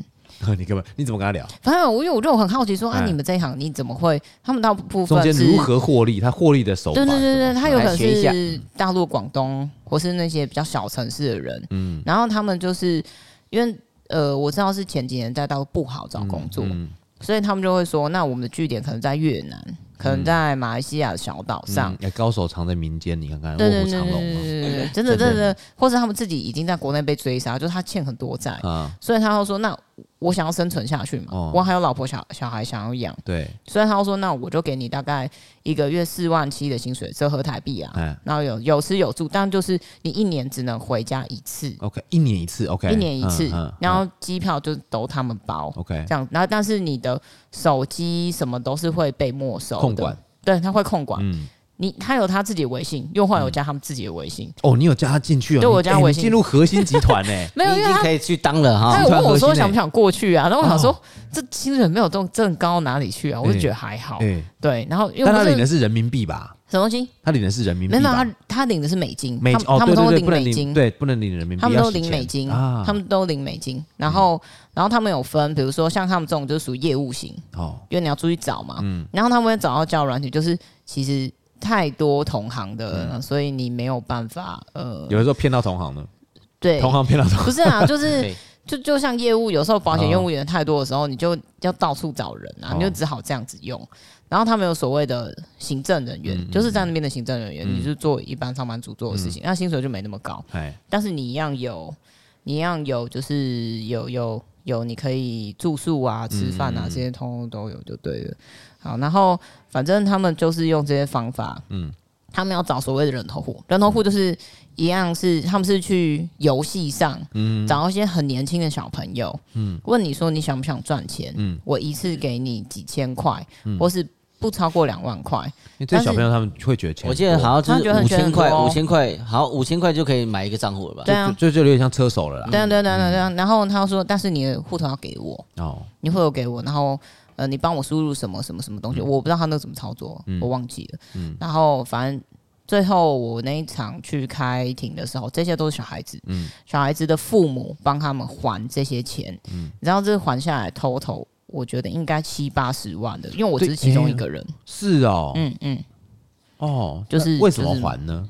你干嘛？你怎么跟他聊？
反正我因为我就很好奇说，啊，
哎
你们这一行你怎么会？他们大部
中
分
间
是
如何获利？他获利的手法嗯
对
是什
对
么？
对对，他有可能
来学一下
是大陆、广东或是那些比较小城市的人，
嗯，
然后他们就是因为呃，我知道是前几年在大陆不好找工作，
嗯
所以他们就会说，那我们的据点可能在越南，可能在马来西亚小岛上。
嗯哎高手藏在民间，你看看
对
卧
对
虎
对
藏
对对
龙
对对 对，真的
对
真的，或是他们自己已经在国内被追杀，就是他欠很多债，
嘛啊，
所以他要说，那我想要生存下去嘛，
哦
我还有老婆小小孩想要养，
啊对，
所以他要说，那我就给你大概一个月四万七的薪水，折合台币啊，
哎
然后有有吃有住，但就是你一年只能回家一次，
，OK，一年一次，OK，
一年一次，
嗯嗯
然后机票就都他们包。
OK，
这样，然后但是你的手机什么都是会被没收的，
控管，
对他会控管。
嗯，
你他有他自己的微信，又或有加他们自己的微信，
哦，你有加他进去哦，
对
你
我加
哎你
微信
进入核心集团呢，
没有，
你
因为
已经
他
可以去当了
他
哈。
有问我
集团核心欸
说想不想过去啊？然后我想说
哦，
这薪水没有动，这高哪里去啊？我就觉得还 好，
对，
对。然后因为
哎但他
不是
领的是人民币吧？
什么东西，
他领的是人民
没
币
有
吧
他？他领的是美金，
美
他
金哦，
们他
对
们都
对对，不能
美
领
金，
对，不能领人民币，
他们都
要洗
领
钱
美金，
啊，嗯
他们都领美金。然后然后他们有分，比如说像他们这种就是属于业务型，
哦，嗯
因为你要出去找嘛，然后他们会找到交友软体，就是其实太多同行的人了，所以你没有办法，呃，
嗯有的时候骗到同行的，
对，
同行骗到同行，
不是 啊，就是
对
就就像业务，有时候保险
哦
用务员太多的时候，你就要到处找人啊，
哦
你就只好这样子用。然后他们有所谓的行政人
嗯
员，就是在那边的行政人员，你就做一般上班族做的
嗯
事情，那薪水就没那么高，
哎，
但是你一样有，你一样有，就是有有有，你可以住宿啊、吃饭啊，这些通通都有就对了。好，然后反正他们就是用这些方法，
嗯
嗯，他们要找所谓的人头户，人头户就是一样是他们是去游戏上，嗯，找一些很年轻的小朋友，嗯，问你说你想不想赚钱，
嗯
嗯，我一次给你几千块，或是不超过两万块，
因为这
但
些
是
小朋友他们会觉得钱，
我记得好像
他觉
就
得
是
很
五千块，
很多哦
五千块，好，五千块就可以买一个账户了吧
对？啊。
就就有点像车手了啦，
对啊对啊对啊对啊，然后他说，但是你的户头要给我，
哦，
你会有给我，然后呃，你帮我输入什么什么什么东西，我不知道他那个怎么操作，我忘记了。然后反正最后我那一场去开庭的时候，这些都是小孩子，小孩子的父母帮他们还这些钱，你知道这还下来 total，我觉得应该七八十万的，因为我只是其中一个人，
是哦，
嗯嗯，
哦，
就是
那为什么
就是
还呢？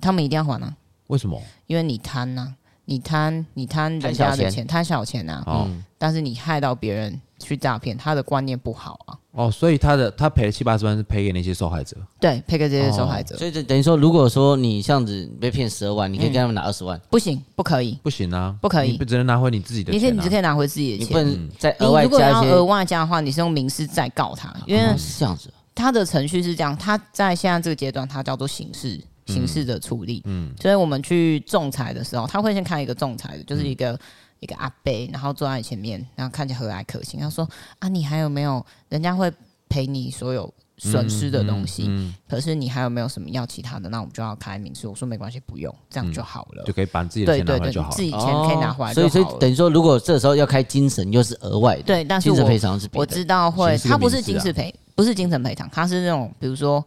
他们一定要还啊，
为什么？
因为你贪呐、你贪，你贪人家
贪小
的
钱
钱，贪小钱啊！
哦
但是你害到别人去诈骗，他的观念不好啊。
哦，所以他的他赔了七八十万是赔给那些受害者，
对，配给这些受害者，
所以就等于说，如果说你这样子被骗十二万，
嗯
你可以跟他们拿二十万，
不行，不可以。
不行啊，
不可以
你不只能拿回你自己的
你可以，
钱
你
啊
只可以拿回自己
你
的
不
钱。
能再
你
额外
如果
加
要
一些
额。外加的话，你是用民事再告他，因为
哦是这样子，
他的程序是这样，他在现在这个阶段，它叫做刑事
嗯
刑事的处理。嗯，所以我们去仲裁的时候，他会先看一个仲裁的，就是
嗯
一个、一个阿伯，然后坐在你前面，然后看起来和蔼可亲。他说：“啊，你还有没有？人家会赔你所有损失
嗯
的东西，
嗯
可是你还有没有什么要其他的？那我们就要开民事。”我说：“没关系，不用，这样就好了。
就可以把自己的
对
钱拿
对
回来
对，
就好
你
了
自。己钱可以拿回来
哦
就好
所以
了。
所以等于说，如果这时候要开精神，又是额外的，
对，但是
精神
我
赔偿是别
我
的
知道会，
刑事
他
跟
不
民
是
事
精
啊
神赔，不是精神赔偿，他是那种比如说，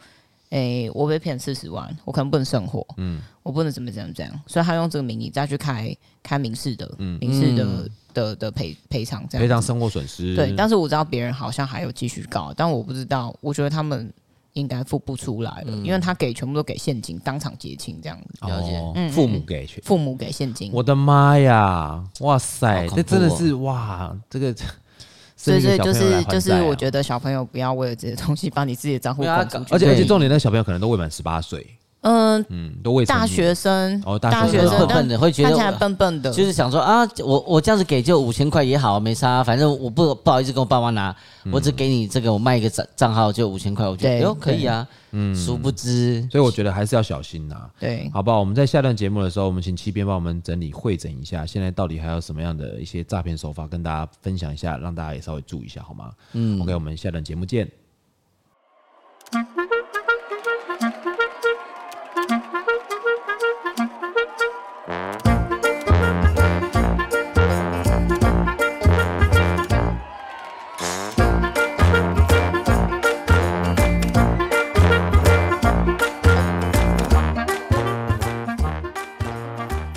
诶、我被骗四十万，我可能不能生活，嗯，我不能怎么怎么怎样，所以他用这个名义再去开开民事的，民事的、的的赔赔偿这样
嗯赔偿
子
生活损失，
对，但是我知道别人好像还有继续告，但我不知道，我觉得他们应该付不出来了，因为他给全部都给现金，当场结清这样子，
了解
哦
嗯
父母给钱，
父母给现金，
我的妈呀！哇塞
好，恐怖
这真的
哦
是哇，这个
哦 所以所以
小
就
朋友来
是
还
就是
债啊，
我觉得小朋友不要为了这些东西把你自己的账户
对啊
供出去。
而且而且
对
重点，那个小朋友可能都未满十八岁，
嗯，
嗯，都未成
大
年
学生
哦大
学
学生
生
笨笨的会觉
看起来
得。
笨笨的，
就是想说啊，我我这样子给就五千块也好，没差，啊反正我不不好意思跟我爸妈拿，我只给你这个，我卖一个账账号就五千块，我觉得
对
哟可以啊。嗯，殊不知
所以我觉得还是要小心呐、
对，
好不好？我们在下段节目的时候，我们请七编帮我们整理会诊一下，现在到底还有什么样的一些诈骗手法跟大家分享一下，让大家也稍微注意一下，好吗？嗯，OK，我们下段节目见。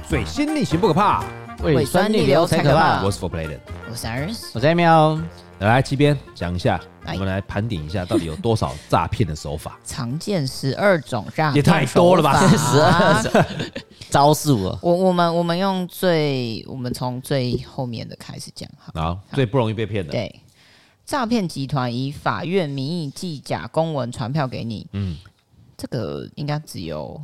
水星逆行不可怕，
胃酸逆流才可怕
我是 For Play 的。
我是 Iris，
我在喵，
来，七编讲一下，我
来？
们来盘点一下，到底有多少诈骗的手法
常见十二种诈
也太多了吧
十二。
招数啊，
我我们我们用最我们从最后面的开始讲哈。
啊，最不容易被骗的，
对，诈骗集团以法院名义寄假公文传票给你，嗯，这个应该只有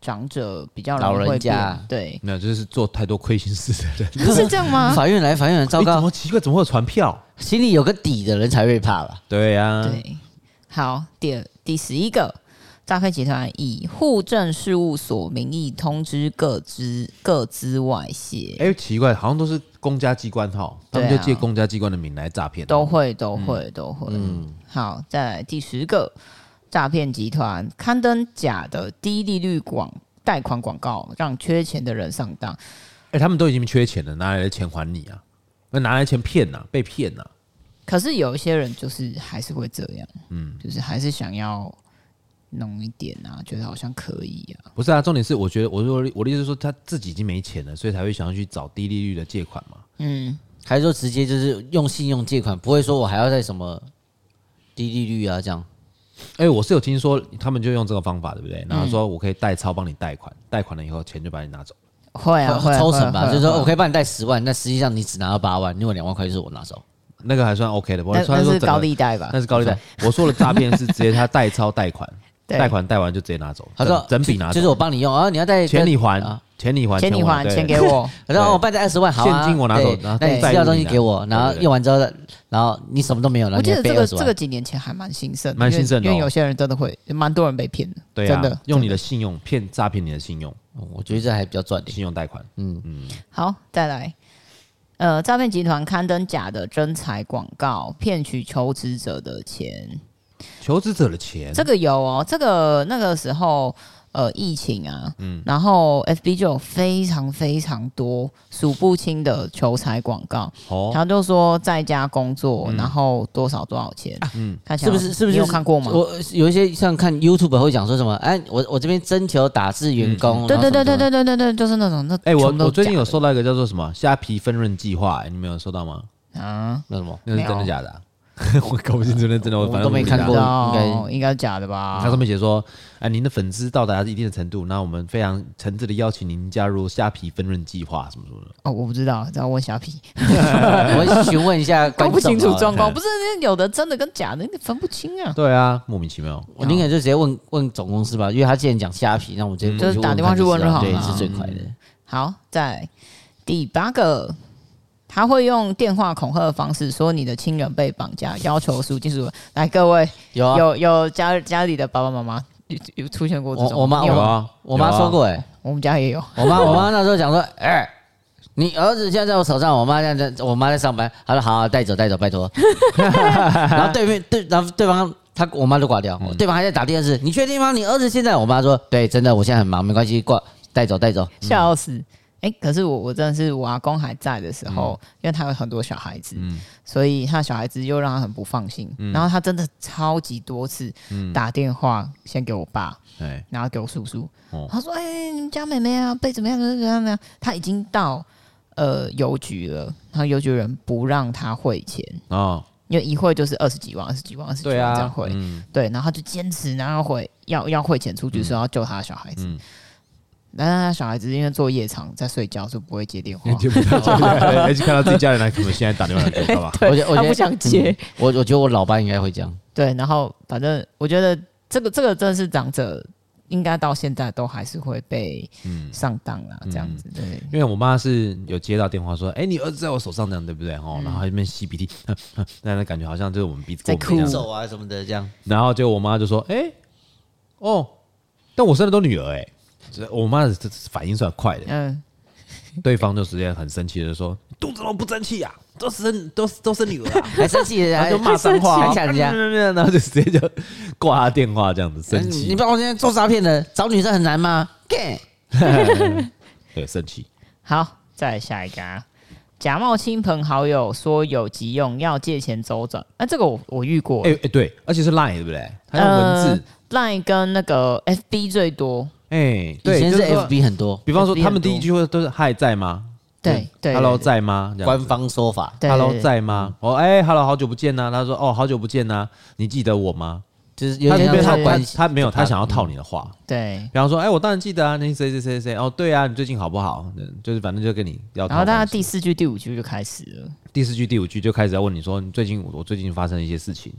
长者比较
老
容易
人
会变
家
对，
那就是做太多亏心事的人。
是这样吗？
法院来法院来，糟
诶啊哎怎
糕，
么奇怪？怎么会有传票？
心里有个底的人才会怕吧？
对啊呀、
对，好，第二第十一个，诈骗集团以户政事务所名义通知各资各资外泄，
哎、奇怪，好像都是公家机关哈，他们就
对啊
借公家机关的名来诈骗。啊
都会都会、都会。好，再来第十个，诈骗集团刊登假的低利率广贷款广告，让缺钱的人上当。
哎、他们都已经缺钱了，拿来的钱还你啊？那拿来的钱骗呐、啊被骗呐、
可是有一些人就是还是会这样，嗯，就是还是想要弄一点啊，觉得好像可以啊，
不是啊，重点是我觉得，我说我的意思是说，他自己已经没钱了，所以才会想要去找低利率的借款嘛。
嗯，
还是说直接就是用信用借款，不会说我还要再什么低利率啊这样？
哎、我是有听说他们就用这个方法，对不对？然后说我可以代抄帮你贷款，贷款了以后钱就把你拿走。
会啊，会啊
抽
会啊
成吧，
会啊
就是说
会啊
我可以帮你贷十万，但实际上你只拿到八万，另外两万块就是我拿走。
那个还算 OK 的，我
那
虽然
那
说
是
整个
高利贷吧
那？是高利贷。我说的诈骗是直接他代抄贷款，
对
贷款贷完就直接拿走，
他说
整整笔拿走，
就是我帮你用啊，你要贷
钱你还
啊，
钱你还，
钱你
我
还，
对
钱 给我。
他说哦，我帮你贷二十万，好啊，
现金我拿走
对
然后
那你
再
需要
入
东西
你拿
给我，然后
对对对
用完之后，然后你什么都没有了，
我
你
记
还
得这
背
个
二十
这个
万。
几年前还蛮兴盛的，
蛮兴盛的
因为因为
哦
有些人真的会，蛮多人被骗的，
对
真
啊
的，
用你
真
的信用骗诈骗你的信用，
我觉得这还比较赚点。
信用贷款。
好，再来。呃，诈骗集团刊登假的征才广告，骗取求职者的钱。
求职者的钱，
这个有哦，这个那个时候呃疫情啊，嗯，然后 FB 就有非常非常多数不清的求财广告，然
哦，嗯
后就说在家工作，然后多少多少钱，
啊
嗯，看起来
是不是？是不
你
是
有看过吗？
我有一些像看 YouTube 会讲说什么，哎，我我这边征求打字员工，
对
然后
嗯对对对
什么什
对
么，
对对对，就是那种那
哎，我
全部都
我最近
假
有
的
收到一个叫做什么虾皮分润计划，哎你们有收到吗？
啊，
那什么，
那是真
没
的
有
假的啊？我搞不清楚那真的，我
我
反正
都没
不知
看
道
过
应
应
该应该假的吧？
它上面写说，哎，您的粉丝到达一定的程度，那我们非常诚挚的邀请您加入虾皮分润计划，什么什么的。
哦，我不知道，这要问虾皮，
我询问一下观
搞
众。
不清楚状况，不是有的真的跟假的，你分不清啊。
对啊，莫名其妙。
我宁可就直接问问总公司吧，因为他既然讲虾皮，那我直接
就是
去
打
看
电话去
就
问
知道
就好
对，
了
是最快的。
嗯
好，再来第八个，他会用电话恐吓的方式说你的亲人被绑架，要求赎金赎金。来，各位
有啊，
有有家家里的爸爸妈妈有有出现过这种？
我我妈
你有
我
吗
啊，
我妈
有啊
说，过哎，
我们家也有。
我妈我妈那时候讲说，哎，你儿子现在在我手上，我妈现在在我妈在上班，她说好好带走带走，拜托。 然后对面对，然后对方他我妈就挂掉，对方还在打第二次，你确定吗？你儿子现在？我妈说对，真的，我现在很忙，没关系，挂带走带走。
笑死！哎、可是我我真的是我阿公还在的时候，
嗯
因为他有很多小孩子，所以他小孩子又让他很不放心。
嗯
然后他真的超级多次打电话先给我爸，
哎，
然后给我叔叔，
哦
他说：“哎、你们家妹妹啊，被怎么样怎么样怎么样怎么样？”他已经到呃邮局了，然后邮局人不让他汇钱，
哦，
因为一汇就是二十几万、二十几万、二十几万
对
这
啊
样，汇。
嗯，
对，然后他就坚持，然后汇要要汇钱出去，说要救他的小孩子。但是他小孩子因为做夜场在睡觉，就不会接电 话
你。听不到， 而且看到自己家人来，可能现在打电话来给 爸爸。
我觉得我
他
觉得嗯
不想接。
我我觉得我老爸应该会这样，
对，然后反正我觉得这个这个真的是长者应该到现在都还是会被上当啦，这样子对。
因为我妈是有接到电话说，哎、你儿子在我手上这样，对不对？哦，然后她一边吸鼻涕， 那那感觉好像就是我们鼻子
在
过敏这样
哭
走啊什么的这样。
然后结果我妈就说，哎、哦，但我生的都女儿哎、这我妈的这反应算快的，
嗯，
对方就直接很生气的说：“你肚子怎么不争气呀、都生都都生女儿啊
还生气，！”
然
还
后就骂脏话、啊
还想人家。
然后就直接就挂她电话这样子， 生
嗯你
气，
把我现在做诈骗的，找女生很难吗？干，
对，生气。
好，再来下一个、啊。假冒亲朋好友说有急用要借钱周转，那、这个我我遇过，
哎哎，对，而且是 Line 对不对？还有文字，
呃、Line 跟那个 FB 最多，
哎，
以
对，
前
就是是说
FB 很多
比方说，
FB
他们
很多
第一句会都是“嗨，在吗？”
对对
，Hello
对
在吗？这样
官
子
方说法，
对
Hello 在吗？哦，哎，Hello，好久不见呐。他说：“哦，好久不见呐，你记得我吗
就是？”有
他
点
没
像
有
套
他
套关
他
系。
他没有，他想要套你的话。
对。
比方说，哎，我当然记得啊，那谁谁谁谁谁，哦，对啊，你最近好不好？嗯就是反正就跟你要套关系。
然后大家第四句、第五句就开始了，
第四句、第五句就开始要问你说，你最近我最近发生了一些事情，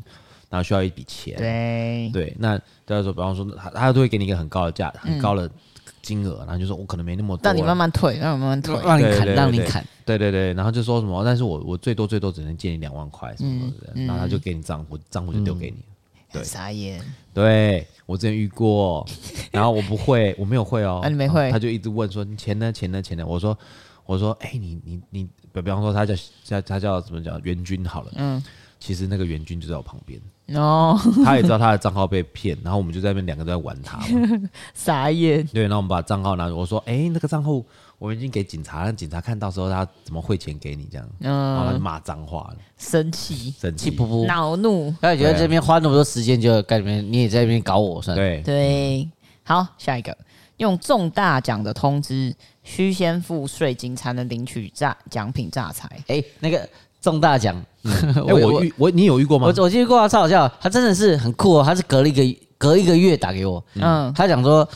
然后需要一笔钱。
对，
对，那大家说，比方说，他他都会给你一个很高的价，很高的金额，然后就说我可能没那么多。
让你慢慢退，让你慢慢退。
让你
对
砍，
对
让你
对
砍，
对对对，然后就说什么，但是我我最多最多只能借你两万块什么的，然后他就给你账户，账户就丢给你。对
哎傻眼，
对我之前遇过，然后我不会，我没有会哦，
啊你没会
他就一直问说你钱呢钱呢钱呢，我说我说哎、你你你，比方说他叫叫他叫怎么讲袁军好了，
嗯，
其实那个袁军就在我旁边，
然后
他也知道他的账号被骗，然后我们就在那边两个都在玩他嘛，
傻眼，
对，然后我们把账号拿，我说哎、那个账户我们已经给警察，让警察看到时候他怎么汇钱给你这样，然后他就
嗯，
骂脏话了。
生气、
生
气
气
噗噗。
恼怒，
那你觉得这边花那么多时间，就在里面，你也在那边搞我算了。
对，
对，好，下一个，用重大奖的通知，需先付税金才能领取诈奖品诈财。
哎，那个中大奖，嗯
哎，我遇我你有遇过吗
我？我记得过啊，超好笑。他真的是很酷哦，他是隔了一个隔一个月打给我，
嗯，
他讲说，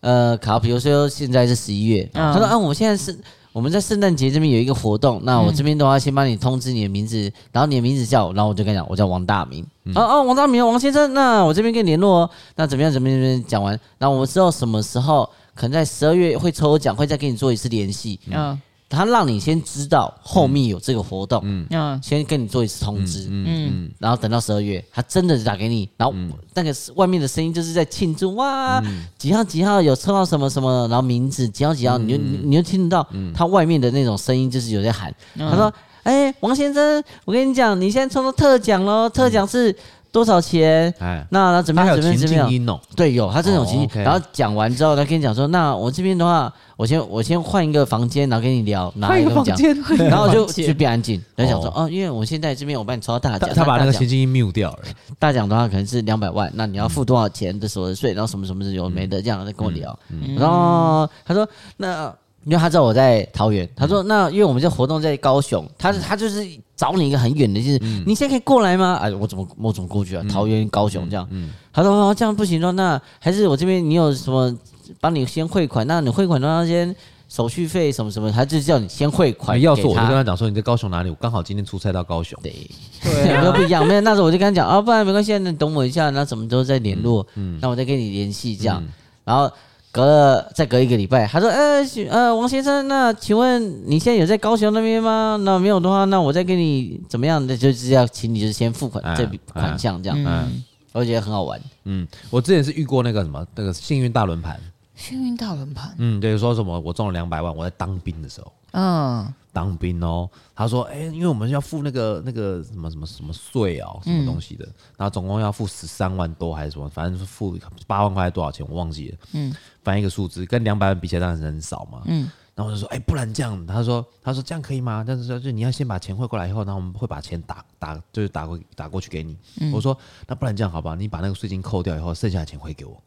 呃，卡，比如说现在是十一月，
嗯
他说，啊，我们现在是我们在圣诞节这边有一个活动，那我这边的话先帮你通知你的名字，然后你的名字叫我，然后我就跟你讲，我叫王大明，
嗯
哦哦，王大明，王先生，那我这边跟你联络哦，那怎么样怎么样怎么样讲完，那我们知道什么时候，可能在十二月会抽奖，会再跟你做一次联系，
嗯
他让你先知道后面有这个活动，
嗯
先跟你做一次通知，
嗯，
然后等到十二月，他真的打给你，然后
嗯
那个外面的声音就是在庆祝哇，几号几号有抽到什么什么，然后名字几号几
嗯
号，你就你你就听得到他外面的那种声音，就是有在喊，
嗯
他说：“哎、王先生，我跟你讲，你现在抽到特奖喽，特奖是多少钱？
哎，
那然后怎么
嗯他还
样
有
怎么
情境
样怎么样？”
音哦，
对，有他这种
哦
情绪，
，OK
然后讲完之后，他跟你讲说：“那我这边的话，我先我先换一个房间，然后跟你聊，哪一个房间？然后就就变安静，然后想说：哦，因为我现在这边我帮你抽到大
他
奖，
他把那
啊大
个
奖
情境音 mute 掉了，
大奖的话可能是两百万，
嗯
那你要付多少钱的所得税，然后什么什么有没的这样再跟我聊。
嗯
然后他说那。因为他知道我在桃
嗯
园，他说那因为我们这活动在高雄，他他就是找你一个很远的，就是、
嗯
你现在可以过来吗？哎，我怎么我怎么过去啊？桃园、高
嗯
雄这样，他说、哦、这样不行哦，那还是我这边你有什么帮你先汇款？那你汇款的话先手续费什么什么，他就叫你先汇款
要是
给
我就
他
跟他讲说你在高雄哪里，我刚好今天出差到高雄，
对，对、啊，都不一样。没有，那时候我就跟他讲啊，不然没关系，那你等我一下，那什么时候再联络，
嗯
那我再跟你联系这样。然后隔了再隔一个礼拜，他说，呃许呃，王先生，那请问你现在有在高雄那边吗？那没有的话，那我再跟你怎么样？那就是要请你就是先付款
哎
这笔
哎
款项这样，
嗯
我觉得很好玩。
嗯，我之前是遇过那个什么那个幸运大轮盘，
幸运大轮盘，
嗯，对，说什么我中了两百万，我在当兵的时候。
嗯
当兵哦，他说：“哎、因为我们要付那个那个什么什么什么税哦，什么东西的，然后总共要付十三万多还是什么，反正是付八万块还是多少钱，我忘记了。嗯，反正一个数字跟两百万比起来当然是很少嘛。嗯，然后我就说：哎、不然这样，他说他说这样可以吗？但是说就你要先把钱汇过来以后，然后我们会把钱打打就是打过打过去给你。我说那不然这样好吧，你把那个税金扣掉以后，剩下的钱汇给我。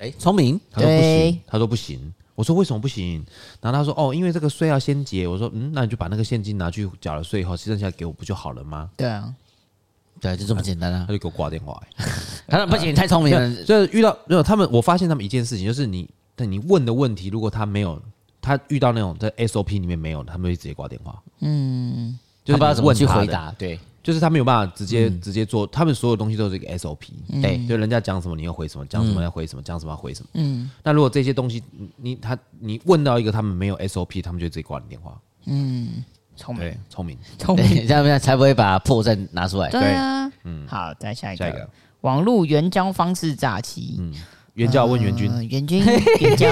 哎，聪明，
他说不
对
行，他说不行。我说为什么不行？然后他说哦，因为这个税要先结。我说嗯，那你就把那个现金拿去缴了税以后，剩下给我不就好了吗？
对啊，
对，就这么简单啊
他。就给我挂电话、欸。
他说不行，你太聪明了。
就是遇到没有他们，我发现他们一件事情，就是你但你问的问题，如果他没有，他遇到那种在 SOP 里面没有的，他们会直接挂电话。嗯， 就是
他不知道怎么去
你问他
回
的，
答，对
就是他没有办法直接、
嗯
直接做，他们所有东西都是一个 SOP。
对，
就人家讲什么你要回什么，讲
嗯
什么要回什么，讲什么要回什么。嗯，那如果这些东西你你他你问到一个他们没有 SOP，他们就直接挂你电话。
聪明
对，聪明。
聪
对，
明，
这样才不会把破绽拿出来。
对啊，嗯，好，再下一
下一
个
个，
网络援交方式诈欺，
嗯援交问援军，
呃援军援 交，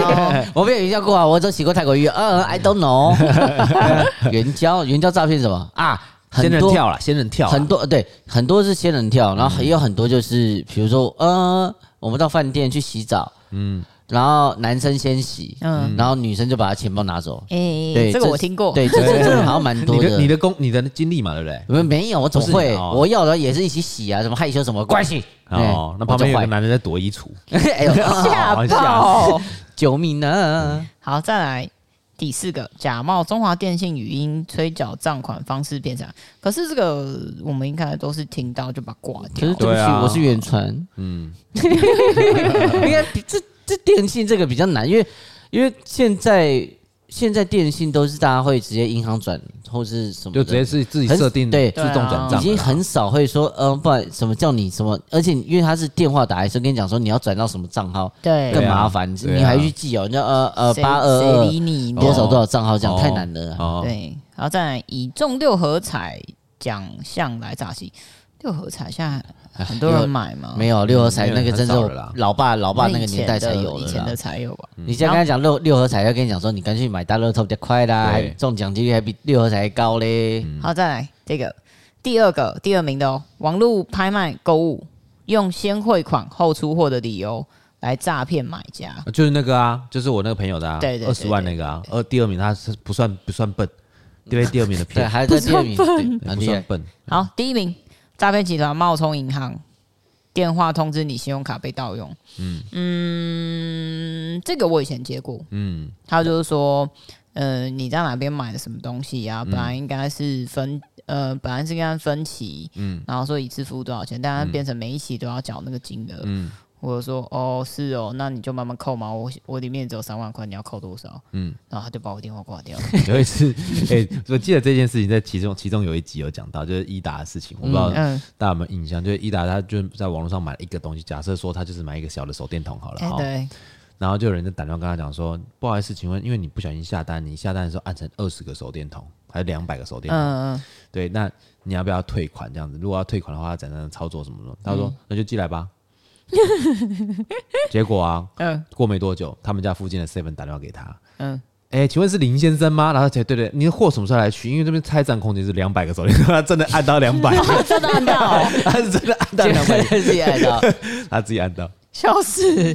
我没有援交过啊，我只洗过泰国浴。嗯，I don't know。援交，援交诈骗什么啊？很
仙人
多
跳啦，仙人跳啦，
很多对，很多是仙人跳，然后也有很多
嗯
就是，比如说，呃，我们到饭店去洗澡，嗯，然后男生先洗，嗯，然后女生就把他钱包拿走。
哎，
对，
这个我听过，
对，这这这种好像蛮
你
多
的
的。
你的工你的经历嘛，对不对？
没没有，我总
不是你
会，
哦
我要的也是一起洗啊，什么害羞什么关系。
哦
哎，
那旁边有
我
个
就坏
男人在躲衣橱，
哎呦，
吓
哦
爆！
救命啊！
好，再来第四个，假冒中华电信语音催缴账款方式变成，可是这个我们应该都是听到就把它挂
可
掉了。
是对不
对
起，
啊
我是远传。嗯，应该比这这电信这个比较难，因为因为现在现在电信都是大家会直接银行转或是什么
就
的，
直接是自己
很
设定
对啊
自动转账的
已
啦，
经很少会说，嗯、不然什么叫你什么，而且因为他是电话打来，是跟你讲说你要转到什么账号，
对
更
对啊
麻烦，
对啊
你还去记哦，人家呃呃
谁
八二
谁
二
理你呢？
多少多少账号这样
哦
太难了啊。
哦，
对，然后再来以中六合彩奖项来诈欺，六合彩现在很多人买吗？
没有六合彩
没有
那个
哦很
真是
少
我
了啦
老爸老
我
爸那个年代才有
以
的
前
啦
的。才有
嗯
吧？
你现在跟他讲六六合彩，要跟你讲说你赶紧买大乐透比较快
对
啦，还中奖几率还比六合彩还高嘞。
好，再来这个第二个第二名的哦，网络拍卖购物，用先汇款后出货的理由来诈骗买家。
就是那个啊，就是我那个朋友的啊，
对对对
二十万那个啊，二第二名他是不算不算笨，对第二名的
对，
骗，
还在第二名，对
对
很
不
厉
算
害。
笨，
好，第一名，诈骗集团冒充银行，电话通知你信用卡被盗用。嗯这个我以前接过。
嗯，
他就是说，呃，你在哪边买的什么东西啊？本来应该是分，呃，本来是应该分期，嗯，然后说一次付多少钱，但它变成每一期都要缴那个金额，嗯。我就说哦是哦，那你就慢慢扣嘛，我我里面只有三万块，你要扣多少？嗯，然后他就把我电话挂掉了。
有一次，哎，我记得这件事情在其中其中有一集有讲到，就是伊达的事 情，我不知道
嗯，
大家有没有印象，就是伊达他就在网络上买了一个东西，假设说他就是买一个小的手电筒好了，
哎、
哈。
对，
然后就有人就打电话跟他讲说，不好意思，请问，因为你不小心下单，你下单的时候按成二十个手电筒还是两百个手电筒？
嗯嗯，
对，那你要不要退款？这样子，如果要退款的话，要怎样操作什么什么？他
嗯
说、那就寄来吧。 结果啊，
嗯
过没多久，他们家附近的 seven 打电话给他，
嗯
嗯。哎、请问是林先生吗？然后才对对，您的货什么时候来取？因为这边拆占空间是两百个手电筒，他真的按到两 百，
真的按到，
他是真的按到
结
两
果
百，
自己按到，
他自己按到。
笑 死！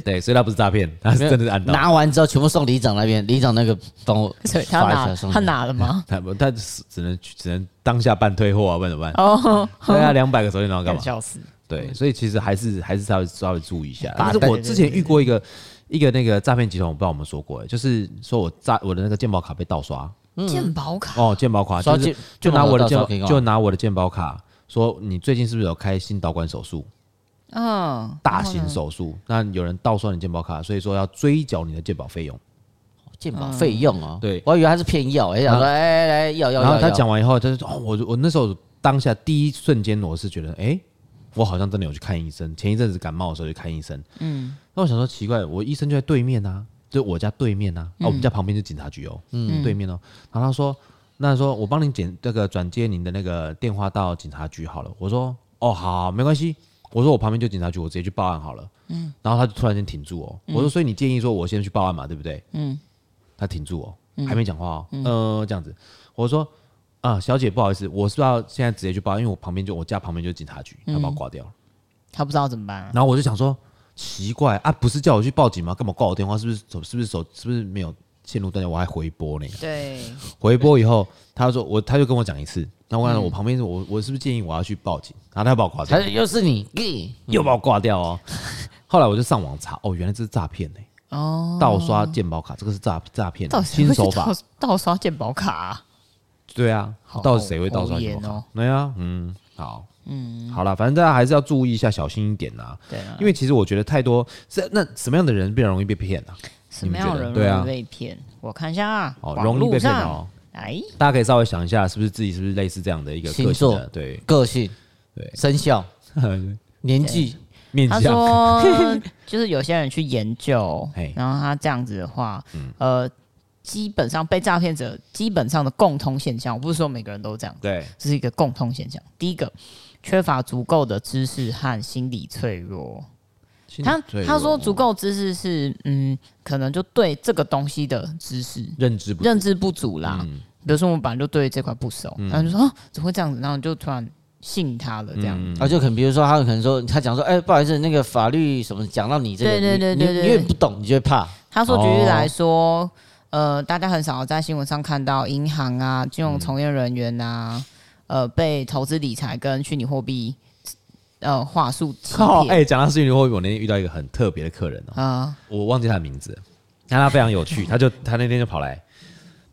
对，所以他不是诈骗，他是 真的是按到。
拿完之后全部送里长那边，里长那个帮我
所以他拿
发一下
他拿了吗？
他不，他只只能只能当下办退货啊，不然怎么办？
哦，
对啊，两百个手电筒 要干嘛？
笑死！
对，所以其实还是还是稍微稍微注意一下。
把
但是我
对对
之前遇过一个一个那个诈骗集团，我不知道我们说过、欸，就是说我诈我的那个健保卡被盗刷
鉴宝卡
哦，健保卡
刷
就是
健
就拿我的健
健保
保
卡可以干嘛
就拿我的健保卡说你最近是不是有开心导管手术，
嗯，
大型手术？那有人盗刷你健保卡，所以说要追缴你的健保费用。
鉴宝费用哦。
对
我还以为他是骗药，哎，想说哎来要要要。
然后他
要
讲完以后，他就哦，我我那时候当下第一瞬间，我是觉得，哎、我好像真的有去看医生。前一阵子感冒的时候去看医生，嗯，那我想说奇怪，我医生就在对面啊，就我家对面啊，啊，我们家旁边是警察局哦，嗯，对面哦。然后他说，那说我帮您简这个转接您的那个电话到警察局好了。我说，哦，好好，没关系。我说我旁边就警察局，我直接去报案好了。嗯，然后他就突然间停住哦。我说，所以你建议说我先去报案嘛，对不对？嗯，他停住哦，还没讲话哦。呃，这样子，我说啊，小姐，不好意思，我是不是要现在直接去报？因为我旁边就我家旁边就是警察局，他把我挂掉了。
他不知道怎么办啊。
然后我就想说，奇怪啊，不是叫我去报警吗？干嘛挂我电话？是不是手？是不是手？是不是没有线路断掉？我还回拨 呢。
对，
回拨以后，他说我，他就跟我讲一次。那我讲我旁边是我，我是不是建议我要去报警？然后嗯他把我挂
他
掉，
说又是你，咦
又把我挂掉哦。 后来我就上网查，哦，原来这是诈骗呢，
哦，
盗刷健保卡，这个是诈诈骗啊
到，底谁
新
会去
手法
盗。 盗刷鉴宝卡啊？
对啊
好，
到底谁会盗刷
好
健保
严
卡？
哦
对啊，嗯，好，嗯，好了，反正大家还是要注意一下，小心一点呐、
对啊，
因为其实我觉得太多是那什么样的人比较容易被骗啊？
什么样的人
对啊
容易被骗？我看一下啊，
哦，
网
容易
络
被骗
上，
哦。
哎，
大家可以稍微想一下，是不是自己是不是类似这样的一个
星
个性
座
的？对，
个性、
对
生肖、年纪，
面
他
相，
说，就是有些人去研究
嘿，嗯
然后他这样子的话，呃，基本上被诈骗者基本上的共通现象，我不是说每个人都这样，
对，
这是一个共通现象。第一个，缺乏足够的知识和心理脆弱。他他说
哦
足够知识是，嗯，可能就对这个东西的知识
认知不
认知不足啦。
嗯
比如说我们本来就对这块不熟，然后就说啊，怎么会这样子？然后就突然信他了，这样。
嗯
啊，就可能比如说他可能说他讲说，哎，不好意思，那个法律什么讲到你这个，
对对对
你
对对
你因为不懂，你就会怕。
他说，举例
哦
来说，呃，大家很少在新闻上看到银行啊、金融从业人员啊，
嗯
呃，被投资理财跟虚拟货币呃话术欺
靠！
骗
哎，讲到虚拟货币，我那天遇到一个很特别的客人哦，
啊，
我忘记他的名字，但他非常有趣，他就他那天就跑来，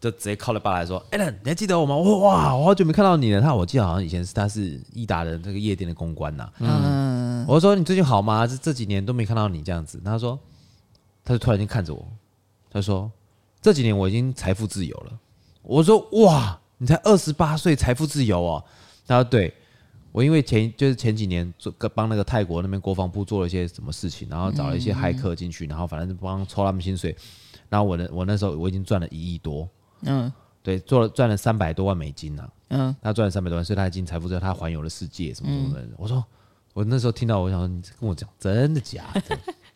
就直接靠了爸来说 a l a n 你还记得我吗？我说哇，我好久没看到你了。他我记得好像以前是他是益达的这个夜店的公关呐、
嗯，
我就说你最近好吗？这这几年都没看到你这样子。他说，他就突然间看着我，他说这几年我已经财富自由了。我说哇，你才二十八岁，财富自由哦。他说对，我因为前就是前几年做帮那个泰国那边国防部做了一些什么事情，然后找了一些骇客进去，然后反正就帮抽他们薪水。然后我的我那时候我已经赚了一亿多，
嗯
对，做了赚了三百多万美金呢、啊
嗯，
他赚了三百多万，所以他已经财富自由，他环游了世界什么什么的。我说，我那时候听到，我想说你跟我讲真的假的？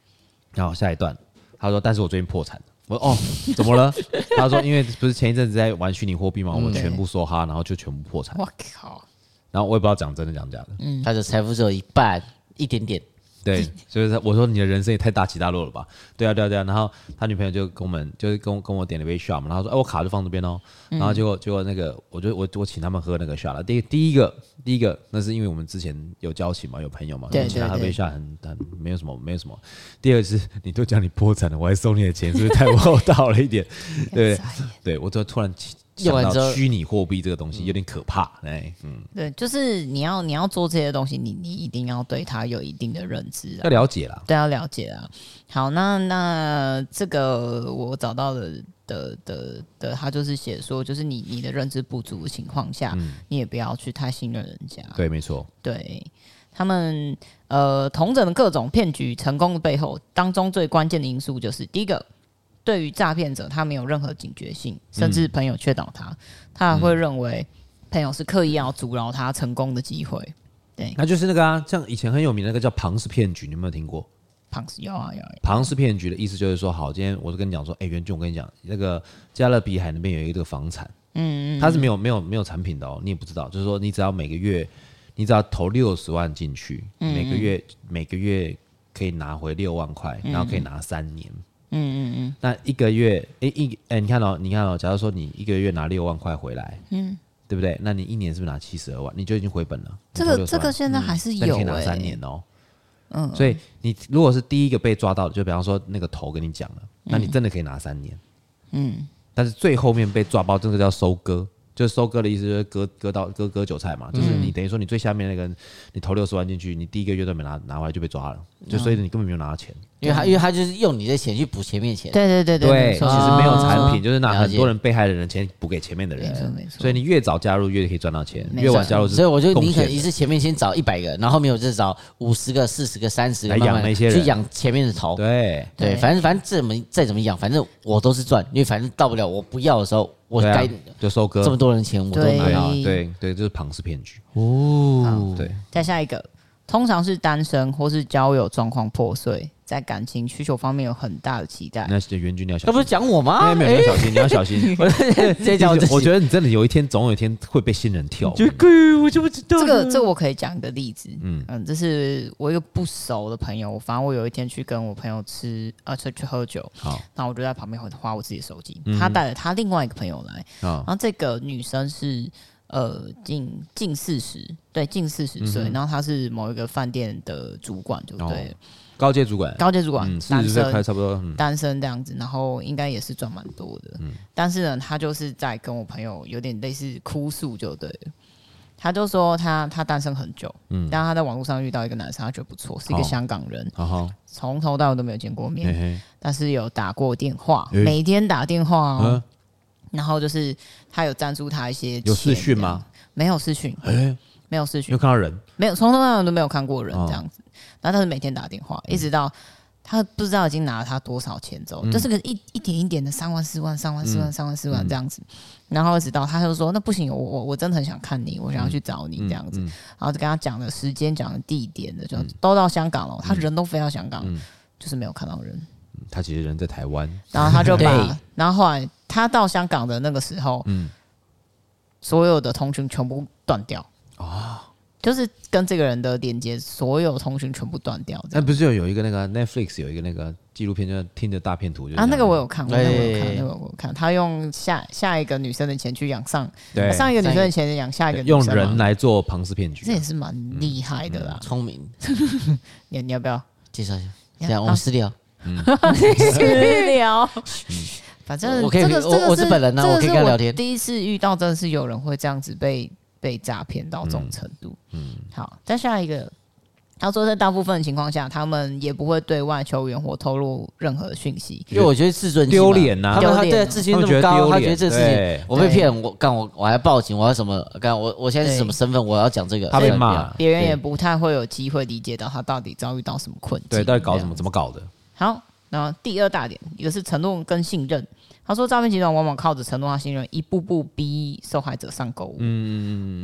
然后下一段，他说，但是我最近破产了。我说哦，怎么了？ 他说，因为不是前一阵子在玩虚拟货币嘛，我
对
全部梭哈，然后就全部破产。
我靠，
然后我也不知道讲真的讲假的。
他的财富只有一半，一点点。
对，所以他我说你的人生也太大起大落了吧？对啊，对啊，对啊。然后他女朋友就跟我们，就是跟我跟我点了一杯 shot 嘛，然后说，哎，我卡就放这边哦。
嗯
然后结果结果那个，我就我我请他们喝那个 shot 了。第第一个第一个，那是因为我们之前有交情嘛，有朋友嘛，
对
所以请他喝
对对
杯 shot 很很没有什么没有什么。第二个是，你都讲你破产了，我还收你的钱，是不是太不 厚道了一 点？对
傻眼
对，我突突然起
用
想
完之后
到虚拟货币这个东
嗯
西有点可怕，哎，嗯，
对，就是你要你要做这些东西，你你一定要对他有一定的认知啊
要，了解啦。
都要了解啊。好，那那这个我找到的的的的，他就是写说，就是你你的认知不足的情况下，你也不要去太信任人家。
嗯对，没错，
对他们呃，同整的各种骗局成功的背后，当中最关键的因素就是第一个，对于诈骗者他没有任何警觉
嗯
性，甚至朋友劝导他，他还会认为朋友是刻意要阻挠他成功的机会。对，
那就是那个啊，像以前很有名的那个叫庞氏骗局，你有没有听过？
胖子有啊有啊，
庞氏骗局的意思就是说，好，今天我就跟你讲说，哎、袁俊，我跟你讲，那个加勒比海那边有一个房产，嗯它是没有没有没有产品的哦，你也不知道，就是说你只要每个月，你只要投六十万进去，每个月每个月可以拿回六万块，然后可以拿三年，嗯嗯嗯嗯，那一个月，哎、一哎、你看哦，你看哦，假如说你一个月拿六万块回来，嗯，对不对？那你一年是不是拿七十二万？你就已经回本了。
这
你投60
个这
万
个现在还是
那你
有
可以拿
哎、
三年哦。嗯，所以你如果是第一个被抓到的，就比方说那个头跟你讲了，那你真的可以拿三年。嗯，但是最后面被抓包，这个叫收割，就是收割的意思，就是割割到割割韭菜嘛，就是你等于说你最下面那个人，你投六十万进去，你第一个月都没拿拿回来就被抓了，就所以你根本没有拿到钱。
因为他，因为他就是用你的钱去补前面钱，
对对对没
对，其
错
实没有产品，
哦
就是拿
了解
很多人被害的人钱补给前面的人
没错没，错
所以你越早加入越可以赚到钱，
没错
越晚加入是
所以我就
贡
宁可
献
一次前面先找一百个，然后后面我就找五十个、四十个、三十个，
来养
慢慢
那些人
去养前面的头。
对。
对，
对
反正反正怎么再怎么养，反正我都是赚，因为反正到不了我不要的时候，我
对啊
该
就收割
这么多人的钱我都
对
拿
对
到
啊
了。
对对，就是庞氏骗局。
哦，
对，
再下一个，通常是单身或是交友状况破碎，在感情需求方面有很大的期待。
那是袁军你要小
那不
心
是。讲我吗？
哎，没有，你要小心，你要小心。
我在讲我自己，
我觉得你真的有一天，总有一天会被新人跳。
得我就不知道
这个这个我可以讲一个例子，嗯这是我一个不熟的朋友，我反正我有一天去跟我朋友吃呃去去喝酒，
好嗯
然后我就在旁边划我自己的手机，他带了他另外一个朋友来，
啊
然，后这个女生是呃近近四十，对近四十
嗯
岁，然后她是某一个饭店的主管，对不对了？
高阶主管，
高阶主管，
哦嗯，四
单
十岁开
身
差不多，嗯，
单身这样子，然后应该也是赚蛮多的。但是呢，他就是在跟我朋友有点类似哭诉，就对了。他就说他他单身很久，嗯，但他在网络上遇到一个男生，他觉得不错，是一个
哦
香港人，
好好，
从头到尾都没有见过面
嘿，嘿，
但是有打过电话，
诶
每天打电话、哦
嗯，
然后就是他有赞助他一些钱
有视讯吗？
这样没有视讯，
哎，
没有视讯
有，看到人，
没有从头到尾都没有看过人
哦嗯
这样子。然后他是每天打电话，一直到他不知道已经拿了他多少钱走，就是个一一点一点的三万四万三万
嗯
四万三万四万这样子。然后一直到他就说：“那不行，我我我真的很想看你，我想要去找你
嗯
这样子。
嗯”
然后就跟他讲了时间，讲了地点的，就都到香港了，他人都飞到香港
嗯，
就是没有看到人。
他其实人在台湾，
然后 他就
对
把，然后后来他到香港的那个时候，
嗯
所有的通讯全部断掉啊，
哦
就是跟这个人的连接，所有通讯全部断掉这
那
样。
不是有有一个那个 Netflix 有一个那个纪录片叫《听的大片图》，就是
啊，那个我
有
有看，那个我有
哎
看，那个我有看。他用下下一个女生的钱去养上
对
上一个女生的钱养下一个
啊
女
用
生嘛，
人来啊嗯做庞氏骗局啊
这，也是蛮厉害的啦。
聪明，
你你要不要
介绍一下，
呀
这样
啊
我们私聊。
私聊？反正
我可以
这个
我
这个
我是本人啊
这
我
个
可以
是
跟他聊天
第一次遇到真的是有人会这样子被被诈骗到这种程度。嗯，好，再下一个，他说在大部分情况下，他们也不会对外求援或透露任何讯息。
因为我觉得自尊心嘛
丢脸呐
他们他
丢脸啊
对自尊心
他
那么
们觉得
高，
丢
他
脸
觉得这个事情
对
我被骗，我干我我还报警，我要什么干我我现在是什么
对
身份，我要讲这个，
他被骂
啊对
别人也不太会有机会理解到他到底遭遇到什么困境，
啊
对，到底搞什
这样
么？怎么搞的？
好，然后第二大点，一个是承诺跟信任。他说，诈骗集团往往靠着承诺和信任，一步步逼受害者上钩。嗯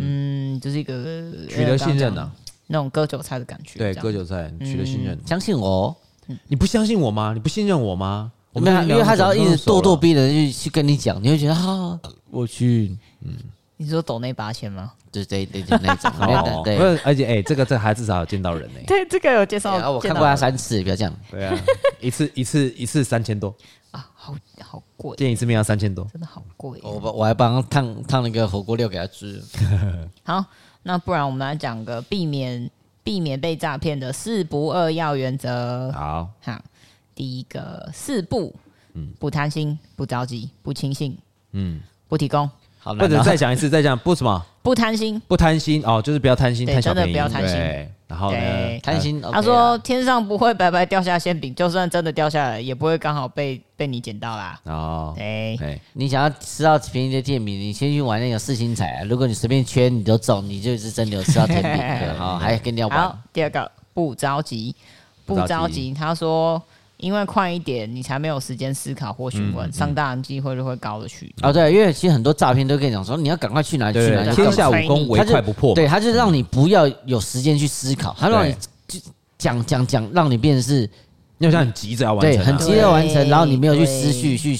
嗯，就是一个
取得信任
呢、
啊，嗯
那种割韭菜的感觉。
对，割
韭
韭菜，取得信任。
相信我，
你不相信我吗？你不信任我吗？我
没
们
有，因为他只要一直咄咄
逼。
逼人去去跟你讲，你会觉得啊，我去，
你说抖那八千吗？
对对对对那种，
哦，
对
不
对。
是，而且哎、这个这还至少有见到人呢、
对，这个有介绍
然哎后我看过啊他三次，不要这样。
对啊，一次一次一次三千多，
啊，好好贵，
见一次面要三千多。
真的好贵。
嗯
我我还帮他烫烫那个火锅料给他吃，
好，那不然我们来讲个避免避免被诈骗的四不二要原则。
好，
好，第一个四不，不贪心，不着急，不轻信，
嗯，
不提供，
好难
或
啊。
者再讲一次，再讲不什么
不贪心。
不贪心哦，就是不要贪心，
对
贪小
真的
便宜，
不要贪心
对然后呢
对，
贪心，啊
他说：“天上不会白白掉下馅饼，就算真的掉下来，也不会刚好被被你捡到啦。
哦，
对，
哎，
你想要吃到便宜的甜品，你先去玩那个四星彩、啊。如果你随便圈你都中，你就是真的有吃到甜 品的好，还跟你要
好
玩。，
第二个不着急，
不
不
着急
着急。他说，因为快一点，你才没有时间思考或询问，上当的机会就会高的许多。
哦，对，因为其实很多诈骗都跟你讲说，你要赶快去哪里去哪
对，
里，
天下武功
他
唯
就
快不破嘛嗯
对，，他就让你不要有时间去思考，他让你
对
就讲讲讲，让你变成是
你好像很急着要完
对
成啊，
很急哦着完成，
对
然后你没有去
对
思绪去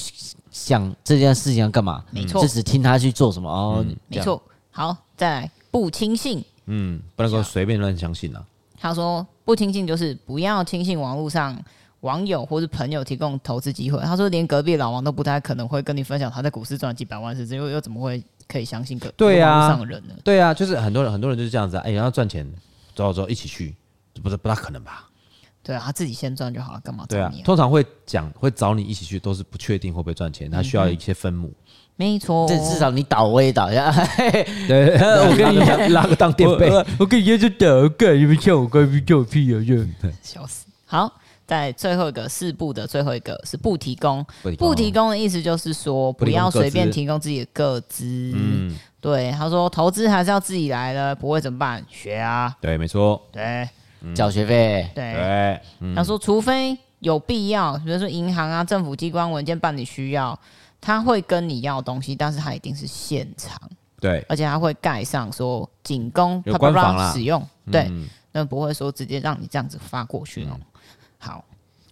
想这件事情要干嘛，
没错
就只听他去做什么哦，这
没
样，
错。好，再来不轻信。
嗯，不能够随便乱相信啊。
他说，不轻信就是不要轻信网络上。网友或是朋友提供投资机会，他说连隔壁老王都不太可能会跟你分享他在股市赚几百万是这又又怎么会可以相信个
对啊
网络上的人呢？
对啊，就是很多人很多人就是这样子啊，哎，然后赚钱，走走走，一起去，不是不大可能吧？
对啊，他自己先赚就好了，干嘛找
对啊
你、，啊？
通常会讲会找你一起去，都是不确定会不会赚钱，他需要一些分母。
没错，
这至少你倒我也倒一下。
对，我跟你讲，拉个 当垫背。
我跟人家就打干，你们欠我干，你欠屁啊！就
笑死。好，在最后一个四步的最后一个是不提供。
不提供
不提供的意思就是说，
不
不
提供
要
各
随便
自
提供自己的个资。
嗯，
对，他说投资还是要自己来的，不会怎么办？学啊，
对，没错，
对
缴学费，
对。
对，
他说，除非有必要，比如说银行啊、政府机关文件办理需要，他会跟你要东西，但是他一定是现场，
对，
而且他会盖上说仅供
有
啪啪
官方
啪
啦嗯
使用。对，那不会说直接让你这样子发过去哦。好，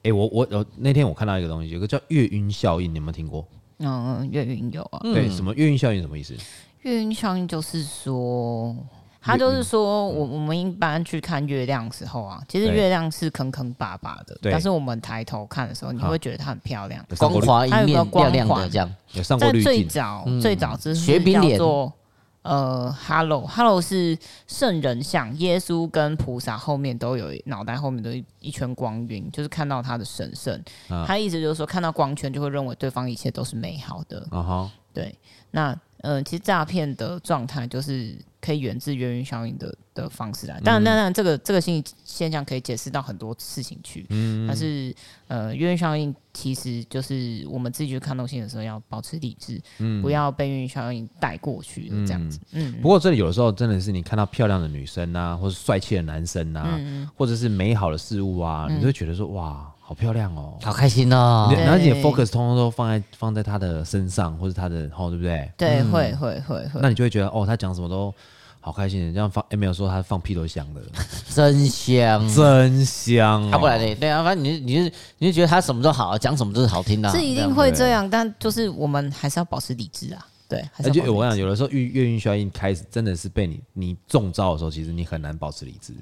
哎，我我我那天我看到一个东西，有个叫月晕效应，你有没有听过？
嗯，嗯，月晕有啊，
对，什么月晕效应什么意思？
月晕效应就是说，它就是说，我我们一般去看月亮的时候啊，其实
对
月亮是坑坑巴巴的，
对
但是我们抬头看的时候，你
好
会觉得它很漂亮。
有上
光
过滤，
滑一
还有个
面
光
亮亮
滑
的这样。
有上过
在
滤
最
镜，嗯
早最早之
雪
前
饼
叫
脸
做呃，Hello Hello 是圣人像，耶稣跟菩萨后面都有脑袋后面都有一圈光晕，就是看到他的神圣。
啊
他意思就是说，看到光圈就会认为对方一切都是美好的。
啊哈，
对，那嗯，其实诈骗的状态就是可以源自源于效应的的方式来。当然，当然，这个这个心理现象可以解释到很多事情去。嗯，但是呃，源于效应其实就是我们自己去看东西的时候要保持理智，不要被源于效应带过去了这样子。嗯，
不过这里有的时候真的是你看到漂亮的女生啊，或是帅气的男生啊，或者是美好的事物啊，你就会觉得说哇，好漂亮哦。
好开心哦
你！然后你的
对
focus 通通都放在放在她的身上，或者她的，哦，对不对？
对，会会会会。
那你就会觉得哦，她讲什么都好开心，这样放 M L 说她放屁都香的，
真香。
真香、哦。
啊，不然呢？对啊，反正你是你是你是觉得他什么都好，讲什么都是好听的啊、
是一定会这样，但就是我们还是要保持理智啊。对，还
而
是要
且
保持
我
理
跟你
智
讲，有的时候遇越运效应开始，真的是被你你中招的时候，其实你很难保持理智。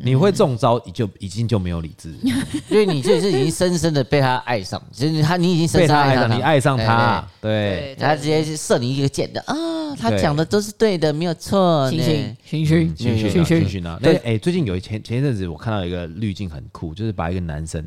你会中招，你就已经就没有理智，
因为你就是已经深深的被他爱上，就是他你已经深
被
深地
他爱
上
上，你爱上他，对，
对，
哎他直接射你一个箭的啊！他讲的都是对的，没有错呢。
星星星星
情绪呢，
星星
情绪呢。那哎，最近有一前前一阵子，我看到一个滤镜很酷，就是把一个男生，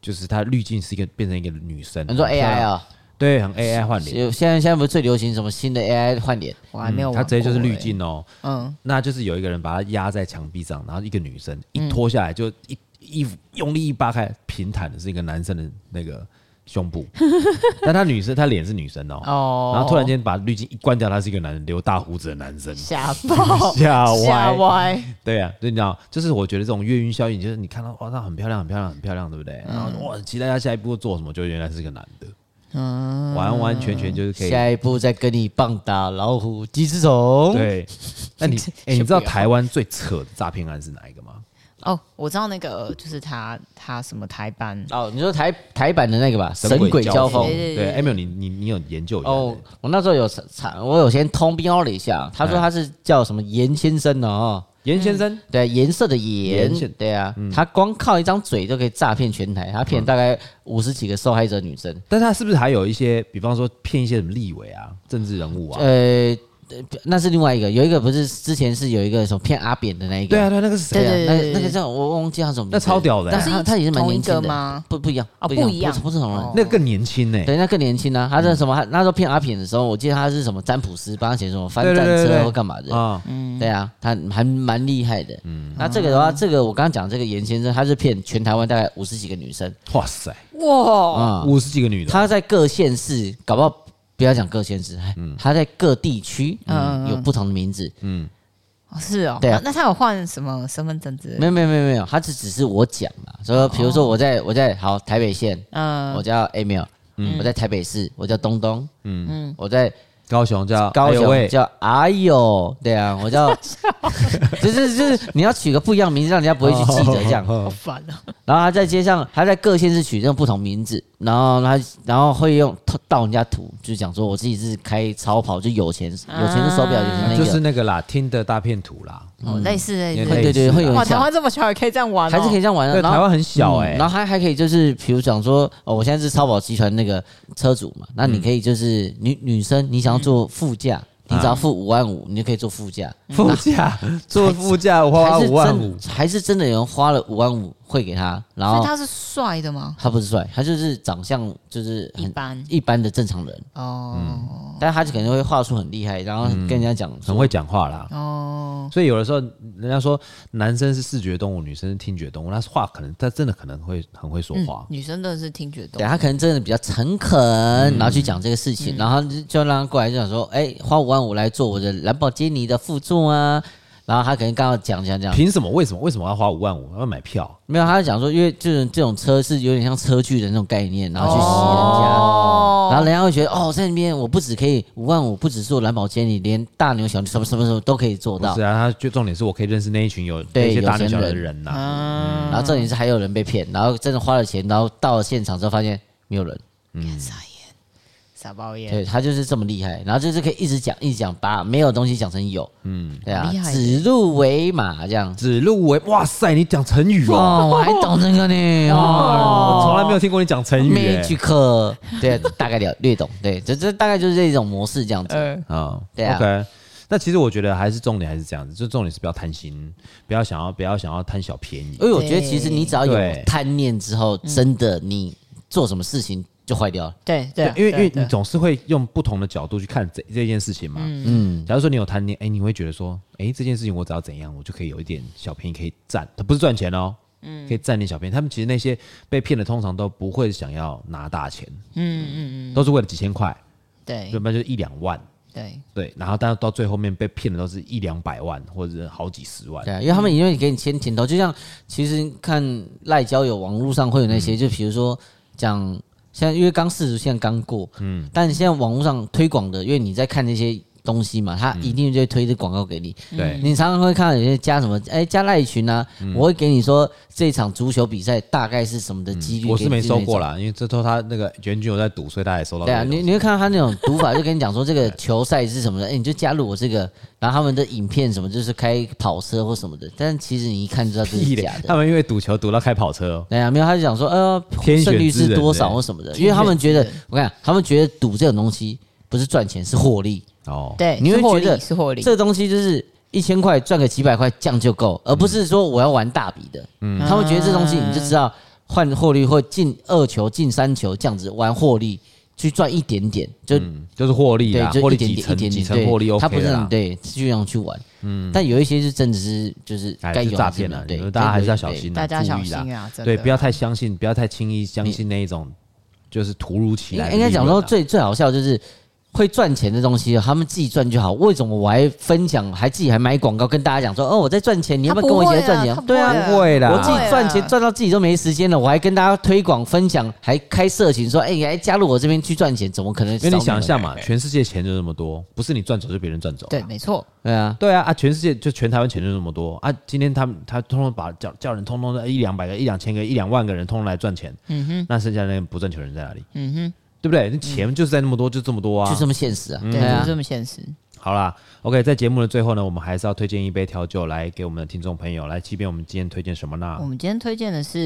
就是他滤镜是一个变成一个女生，
你说
很漂亮
AI 啊、
对，很 AI 换脸，
有现在现在不是最流行什么新的 AI 换脸？
我还没有
嗯
玩过欸，
他直接就是滤镜哦，
嗯，
那就是有一个人把他压在墙壁上，然后一个女生一脱下来就一衣服用力一扒开，平坦的是一个男生的那个胸部， 但他女生他脸是女生哦，
哦，
然后突然间把滤镜一关掉，他是一个男人留大胡子的男生，，
吓爆
吓歪，
吓歪，
对啊，就你知道，就是我觉得这种月晕效应，就是你看到哇，她很漂亮，很漂亮，很漂亮，对不对？然后哇，期待她下一步做什么，就原来是个男的，嗯，完完全全就是可以
下一步再跟你棒打老虎、鸡翅虫。
对，那你哎、
先
你
不
知道
要
台湾最扯的诈骗案是哪一个吗？
哦，我知道那个就是他，他什么台班，
哦，你说台台版的那个吧，《神鬼交
交
锋》
对对对
对 e m i 你你你有研究一下？
哦，我那时候有查，我有先通标了一下，他说他是叫什么颜先生的哦，
严先生，
对，颜色的
颜先嗯
颜，对啊，他光靠一张嘴就可以诈骗全台，他骗大概五十几个受害者女生，
但他是不是还有一些，比方说骗一些什么立委啊、政治人物啊？
呃，那是另外一个，有一个不是之前是有一个什么骗阿扁的那一个，
对啊，对啊，那个是谁啊？
对对
那
对
个那个叫我忘记他什么名字，
那超屌的
但
欸
是
是
他他也是蛮
同一
年轻
个
的
吗
不不一样
哦不一样
不是同人
哦。
那个嗯更年轻呢、
对，那更年轻啊！他是什么？他那时候骗阿扁的时候，我记得他是什么占卜师，帮他写什么翻
对
战
对对对
车
对
或干嘛的。
啊，
对啊，他还蛮厉害的。嗯，那这个的话，这个我刚刚讲这个严先生，他是骗全台湾大概五十几个女生
哇塞，
哇，
啊，
五十几个女的，
他在各县市，搞不好不要讲各县市，
嗯
他在各地区嗯有不同的名字。
哦是哦，
对啊
那那他有换什么身份证之类
没
的？
有没有没有没有，他只只是我讲嘛，说比如说我在我在好台北县，
嗯，
我叫 Emil，我在台北市，我叫东东，嗯，我在
高雄叫
高
哎呦
雄
喂，
叫哎呦，对啊，我叫，就是就是你要取个不一样名字，让人家不会去记得这样。
好
哦
烦啊！
然后他在街上，他在各县市取这种不同名字，然后他然后会用偷盗人家图，就是讲说我自己是开超跑，就有钱，有钱是手表，有钱那 个，
就是那个啦，听的大骗图啦，
嗯
哦，类似类
也
似
可
会
以，
对对会有
哇，
影
台
响。
湾这么小也可以这样玩哦，
还是可以这样玩的，
啊对
然后嗯
台湾很小欸
然后还还可以就是，比如讲说，哦，我现在是超跑集团那个车主嘛，那你
嗯
可以就是女女生，你想要坐副驾，你
嗯
只要付五万五，你就可以坐副驾，
副驾 坐副驾花
嗯还是
五万五
真，还是真的有人花了五万五汇给他，然
所以
后
他是帅的吗？
他不是帅，他就是长相就是
一
很嗯
般
一般的正常人，
哦
但他就可能会话术很厉害，然后跟人家讲
嗯很会讲话啦。
哦，
所以有的时候，人家说男生是视觉动物，女生是听觉动物，他话可能他真的可能会很会说话，
嗯女生真的是听觉动
对，啊他可能真的比较诚恳，
嗯
然后去讲这个事情，然后就让他过来就想说，哎、花五万五来做我的兰博基尼的副座啊。然后他可能刚刚讲讲讲，
凭什么？为什么？为什么要花五万五要买票？
没有，他就讲说，因为这种这种车是有点像车距的那种概念，然后去洗人家，
哦
然后人家会觉得哦，在那边我不只可以五万五，不只做兰博基尼，连大牛小牛什么什么什么都可以做
不
到
是。啊，他就重点是我可以认识那一群有那
对
些大
有
牛
钱
小
人啊
的人呐、
啊
然后重点是还有人被骗，然后真的花了钱，然后到了现场之后发现没有人。
傻眼，傻包眼，
嗯对他就是这么厉害，然后就是可以一直讲一直讲，把没有东西讲成有，嗯，对啊
厉，害
指鹿为马这样。
指鹿为哇塞，你讲成语哦，
哦，我还懂这个呢，哦，
我从来没有听过你讲成语
每
耶
句课，对，大概了略懂，对，这这大概就是这种模式这样子。
呃，
啊、
对啊
OK，那其实我觉得还是重点还是这样子，就重点是不要贪心，不要想要不要想要贪小便宜
因。为我觉得其实你只要有
对
贪念之后，真的你做什么事情就坏掉了。
对对啊，
因为因为
对
你
对
总是会用不同的角度去看这这件事情嘛。
嗯，
假如说你有谈恋爱，你会觉得说，哎、这件事情我只要怎样，我就可以有一点小便宜可以占，他不是赚钱哦，
嗯
可以占点小便宜。他们其实那些被骗的，通常都不会想要拿大钱，嗯嗯嗯，都是为了几千块，要
对
不然就一两万，
对
对，然后但到最后面被骗的都是一两百万或者是好几十万，
对啊，因为他们因为给你签甜头，就像其实看赖交友网络上会有那
嗯
些，就比如说讲现在因为刚四十，现在刚过，嗯，但现在网络上推广的，因为你在看那些东西嘛，他一定就会推这广告给你。
嗯
嗯
对，嗯
你常常会看到有些加什么，哎、加赖群啊，我会给你说这场足球比赛大概是什么的几率、
嗯我是没收过
了。
啦，因为这都他那个袁军有在赌，所以他也收到
对
这
啊，
个东西。
你你会看到他那种读法，就跟你讲说这个球赛是什么的，哎、你就加入我这个，然后他们的影片什么就是开跑车或什么的，但其实你一看就知道这
屁
是
嘞
假！
他
的。
们因为赌球赌到开跑车哦，
对啊，没有，他就讲说，呃，
天选
胜率
之
是
人哎
多
对
少或什么的，因为他们觉得，我看他们觉得赌这种东西不是赚钱，是获利。
哦，
对，啊
你会
是获
觉得
利是获利，
这东西就是一千块赚个几百块，这样就够，而不是说我要玩大笔的。
嗯
他们觉得这东西你就知道换获利或进二球、进三球这样子玩获利，去赚一点点，就、
嗯就是获利
对
啦，，获
就一
利几
点点一
成
点
几
点，
成获利
对，他
OK
不是
的
很
啦。
对，就让去玩。嗯，但有一些是真的是就是
哎
该
是
有
诈
还是
骗
没有
了，
对，
就是大家还是要小
对
心
大
啦，
家
注
小
意
心
啦。
啊，真的
对，不要太相信，不要太轻易相信那一种，就是突如其
应
来的
应该讲
利润
说
啊
最最好笑就是会赚钱的东西，他们自己赚就好。为什么我还分享，还自己还买广告跟大家讲说，哦，我在赚钱，你要不要跟我一起来赚钱？
他不
对
会啊
啊
他不会啊。
不会啦，
我自己赚
对啊
钱赚到自己都没时间了，我还跟大家推广分享，还开社群说，哎、你来加入我这边去赚钱，怎么可能？
因为你想一下，嘛，全世界钱就这么多，不是你赚走就别人赚走。
对，没错，
对啊，
对啊啊，全世界就全台湾钱就这么多啊！今天他们他通通把叫叫人通通的一两百个、一两千个、一两万个人通通来赚钱，嗯哼，那剩下那个不赚钱的人在哪里？嗯哼，对不对？那钱就是在那么多，就这么多啊
就。这么现实啊，
对，就
对
是
啊，
这么现实。
好啦，OK，在节目的最后呢，我们还是要推荐一杯调酒来给我们的听众朋友来，即便我们今天推荐什么呢
我？们今天推荐的是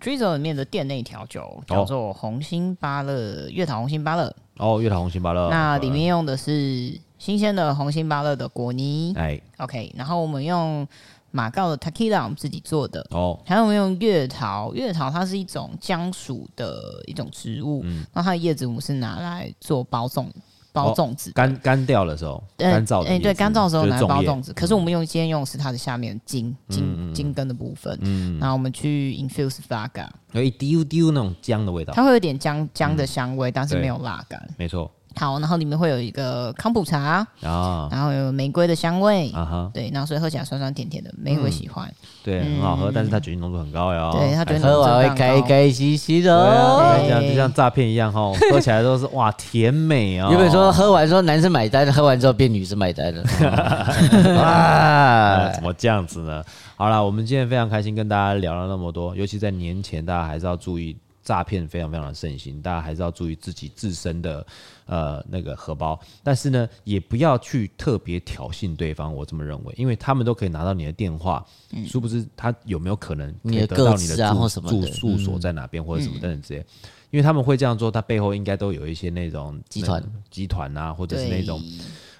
Drizzle 里面的店内调酒，叫做红心芭乐月桃红心芭乐。
哦，月桃红心芭乐，
那里面用的是新鲜的红心芭乐的果泥
哎，
，OK，然后我们用马告的 Tequila，我们自己做的。
哦，
还有我们用月桃，月桃它是一种姜属的一种植物，那它的叶子我们是拿来做包粽包
哦
粽子的、
干干掉的时候，
呃
干燥的
哎
叶子，
对，干燥的时候
就是
拿来包
叶嗯
粽子。可是我们用今天用的是它的下面茎茎茎根的部分，
嗯
然后我们去 infuse flaga，
有一丢丢那种姜的味道，
它会有点姜姜
嗯
的香味，但是没有辣感。
没错
好，然后里面会有一个康普茶，
啊
然后有玫瑰的香味，
啊哈，
对，然后所以喝起来酸酸甜甜的，玫
嗯
瑰喜欢。
对，很好喝，但是它酒精浓度很高哟，
嗯对它酒精浓
哎
度
喝完会开开心心的
对啊，
哦。
就像就像诈骗一样哈，喝起来都是哇甜美哦，
原本说喝完之后男生买单，喝完之后变女生买 单了。
啊，
啊，
怎么这样子呢？好了，我们今天非常开心跟大家聊了那么多，尤其在年前，大家还是要注意诈骗非常非常的盛行，大家还是要注意自己自身的呃那个荷包，但是呢，也不要去特别挑衅对方，我这么认为，因为他们都可以拿到你的电话，殊不知他有没有可能可
嗯你
以
的
得到
个
你的
资啊
住
或什么的嗯
住住所在哪边或者什么等等之类。因为他们会这样做，他背后应该都有一些那种
集团
那种集团啊，或者是
对，
那种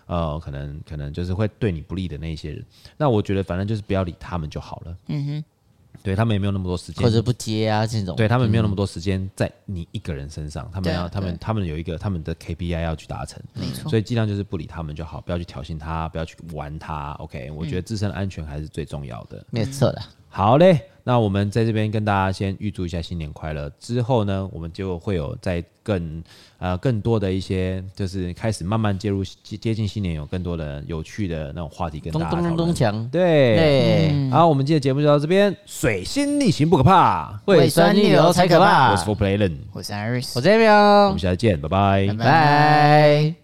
呃，可能可能就是会对你不利的那一些人。那我觉得反正就是不要理他们就好了。嗯哼，对他们也没有那么多时间
或，者不接啊这种。
对他们没有那么多时间在你一个人身上，他们
嗯对啊
要他们
对
他们有一个他们的 KPI 要去达成，
没错
所以尽量就是不理他们就好，不要去挑衅他，不要去玩他。OK，我
嗯
觉得自身安全还是最重要的。
没有错的。
好嘞，那我们在这边跟大家先预祝一下新年快乐。之后呢，我们就会有在更呃更多的一些，就是开始慢慢介入接接近新年，有更多的有趣的那种话题跟
咚
大家
咚
讨
咚咚
论。
锵。
对，
对，
好，我们今天的节目就到这边。水星逆行不可怕，
胃酸逆流才可
我
怕
是。For Playen，
我是 Iris，
我这
我
边
们，下次见，拜拜
拜
拜。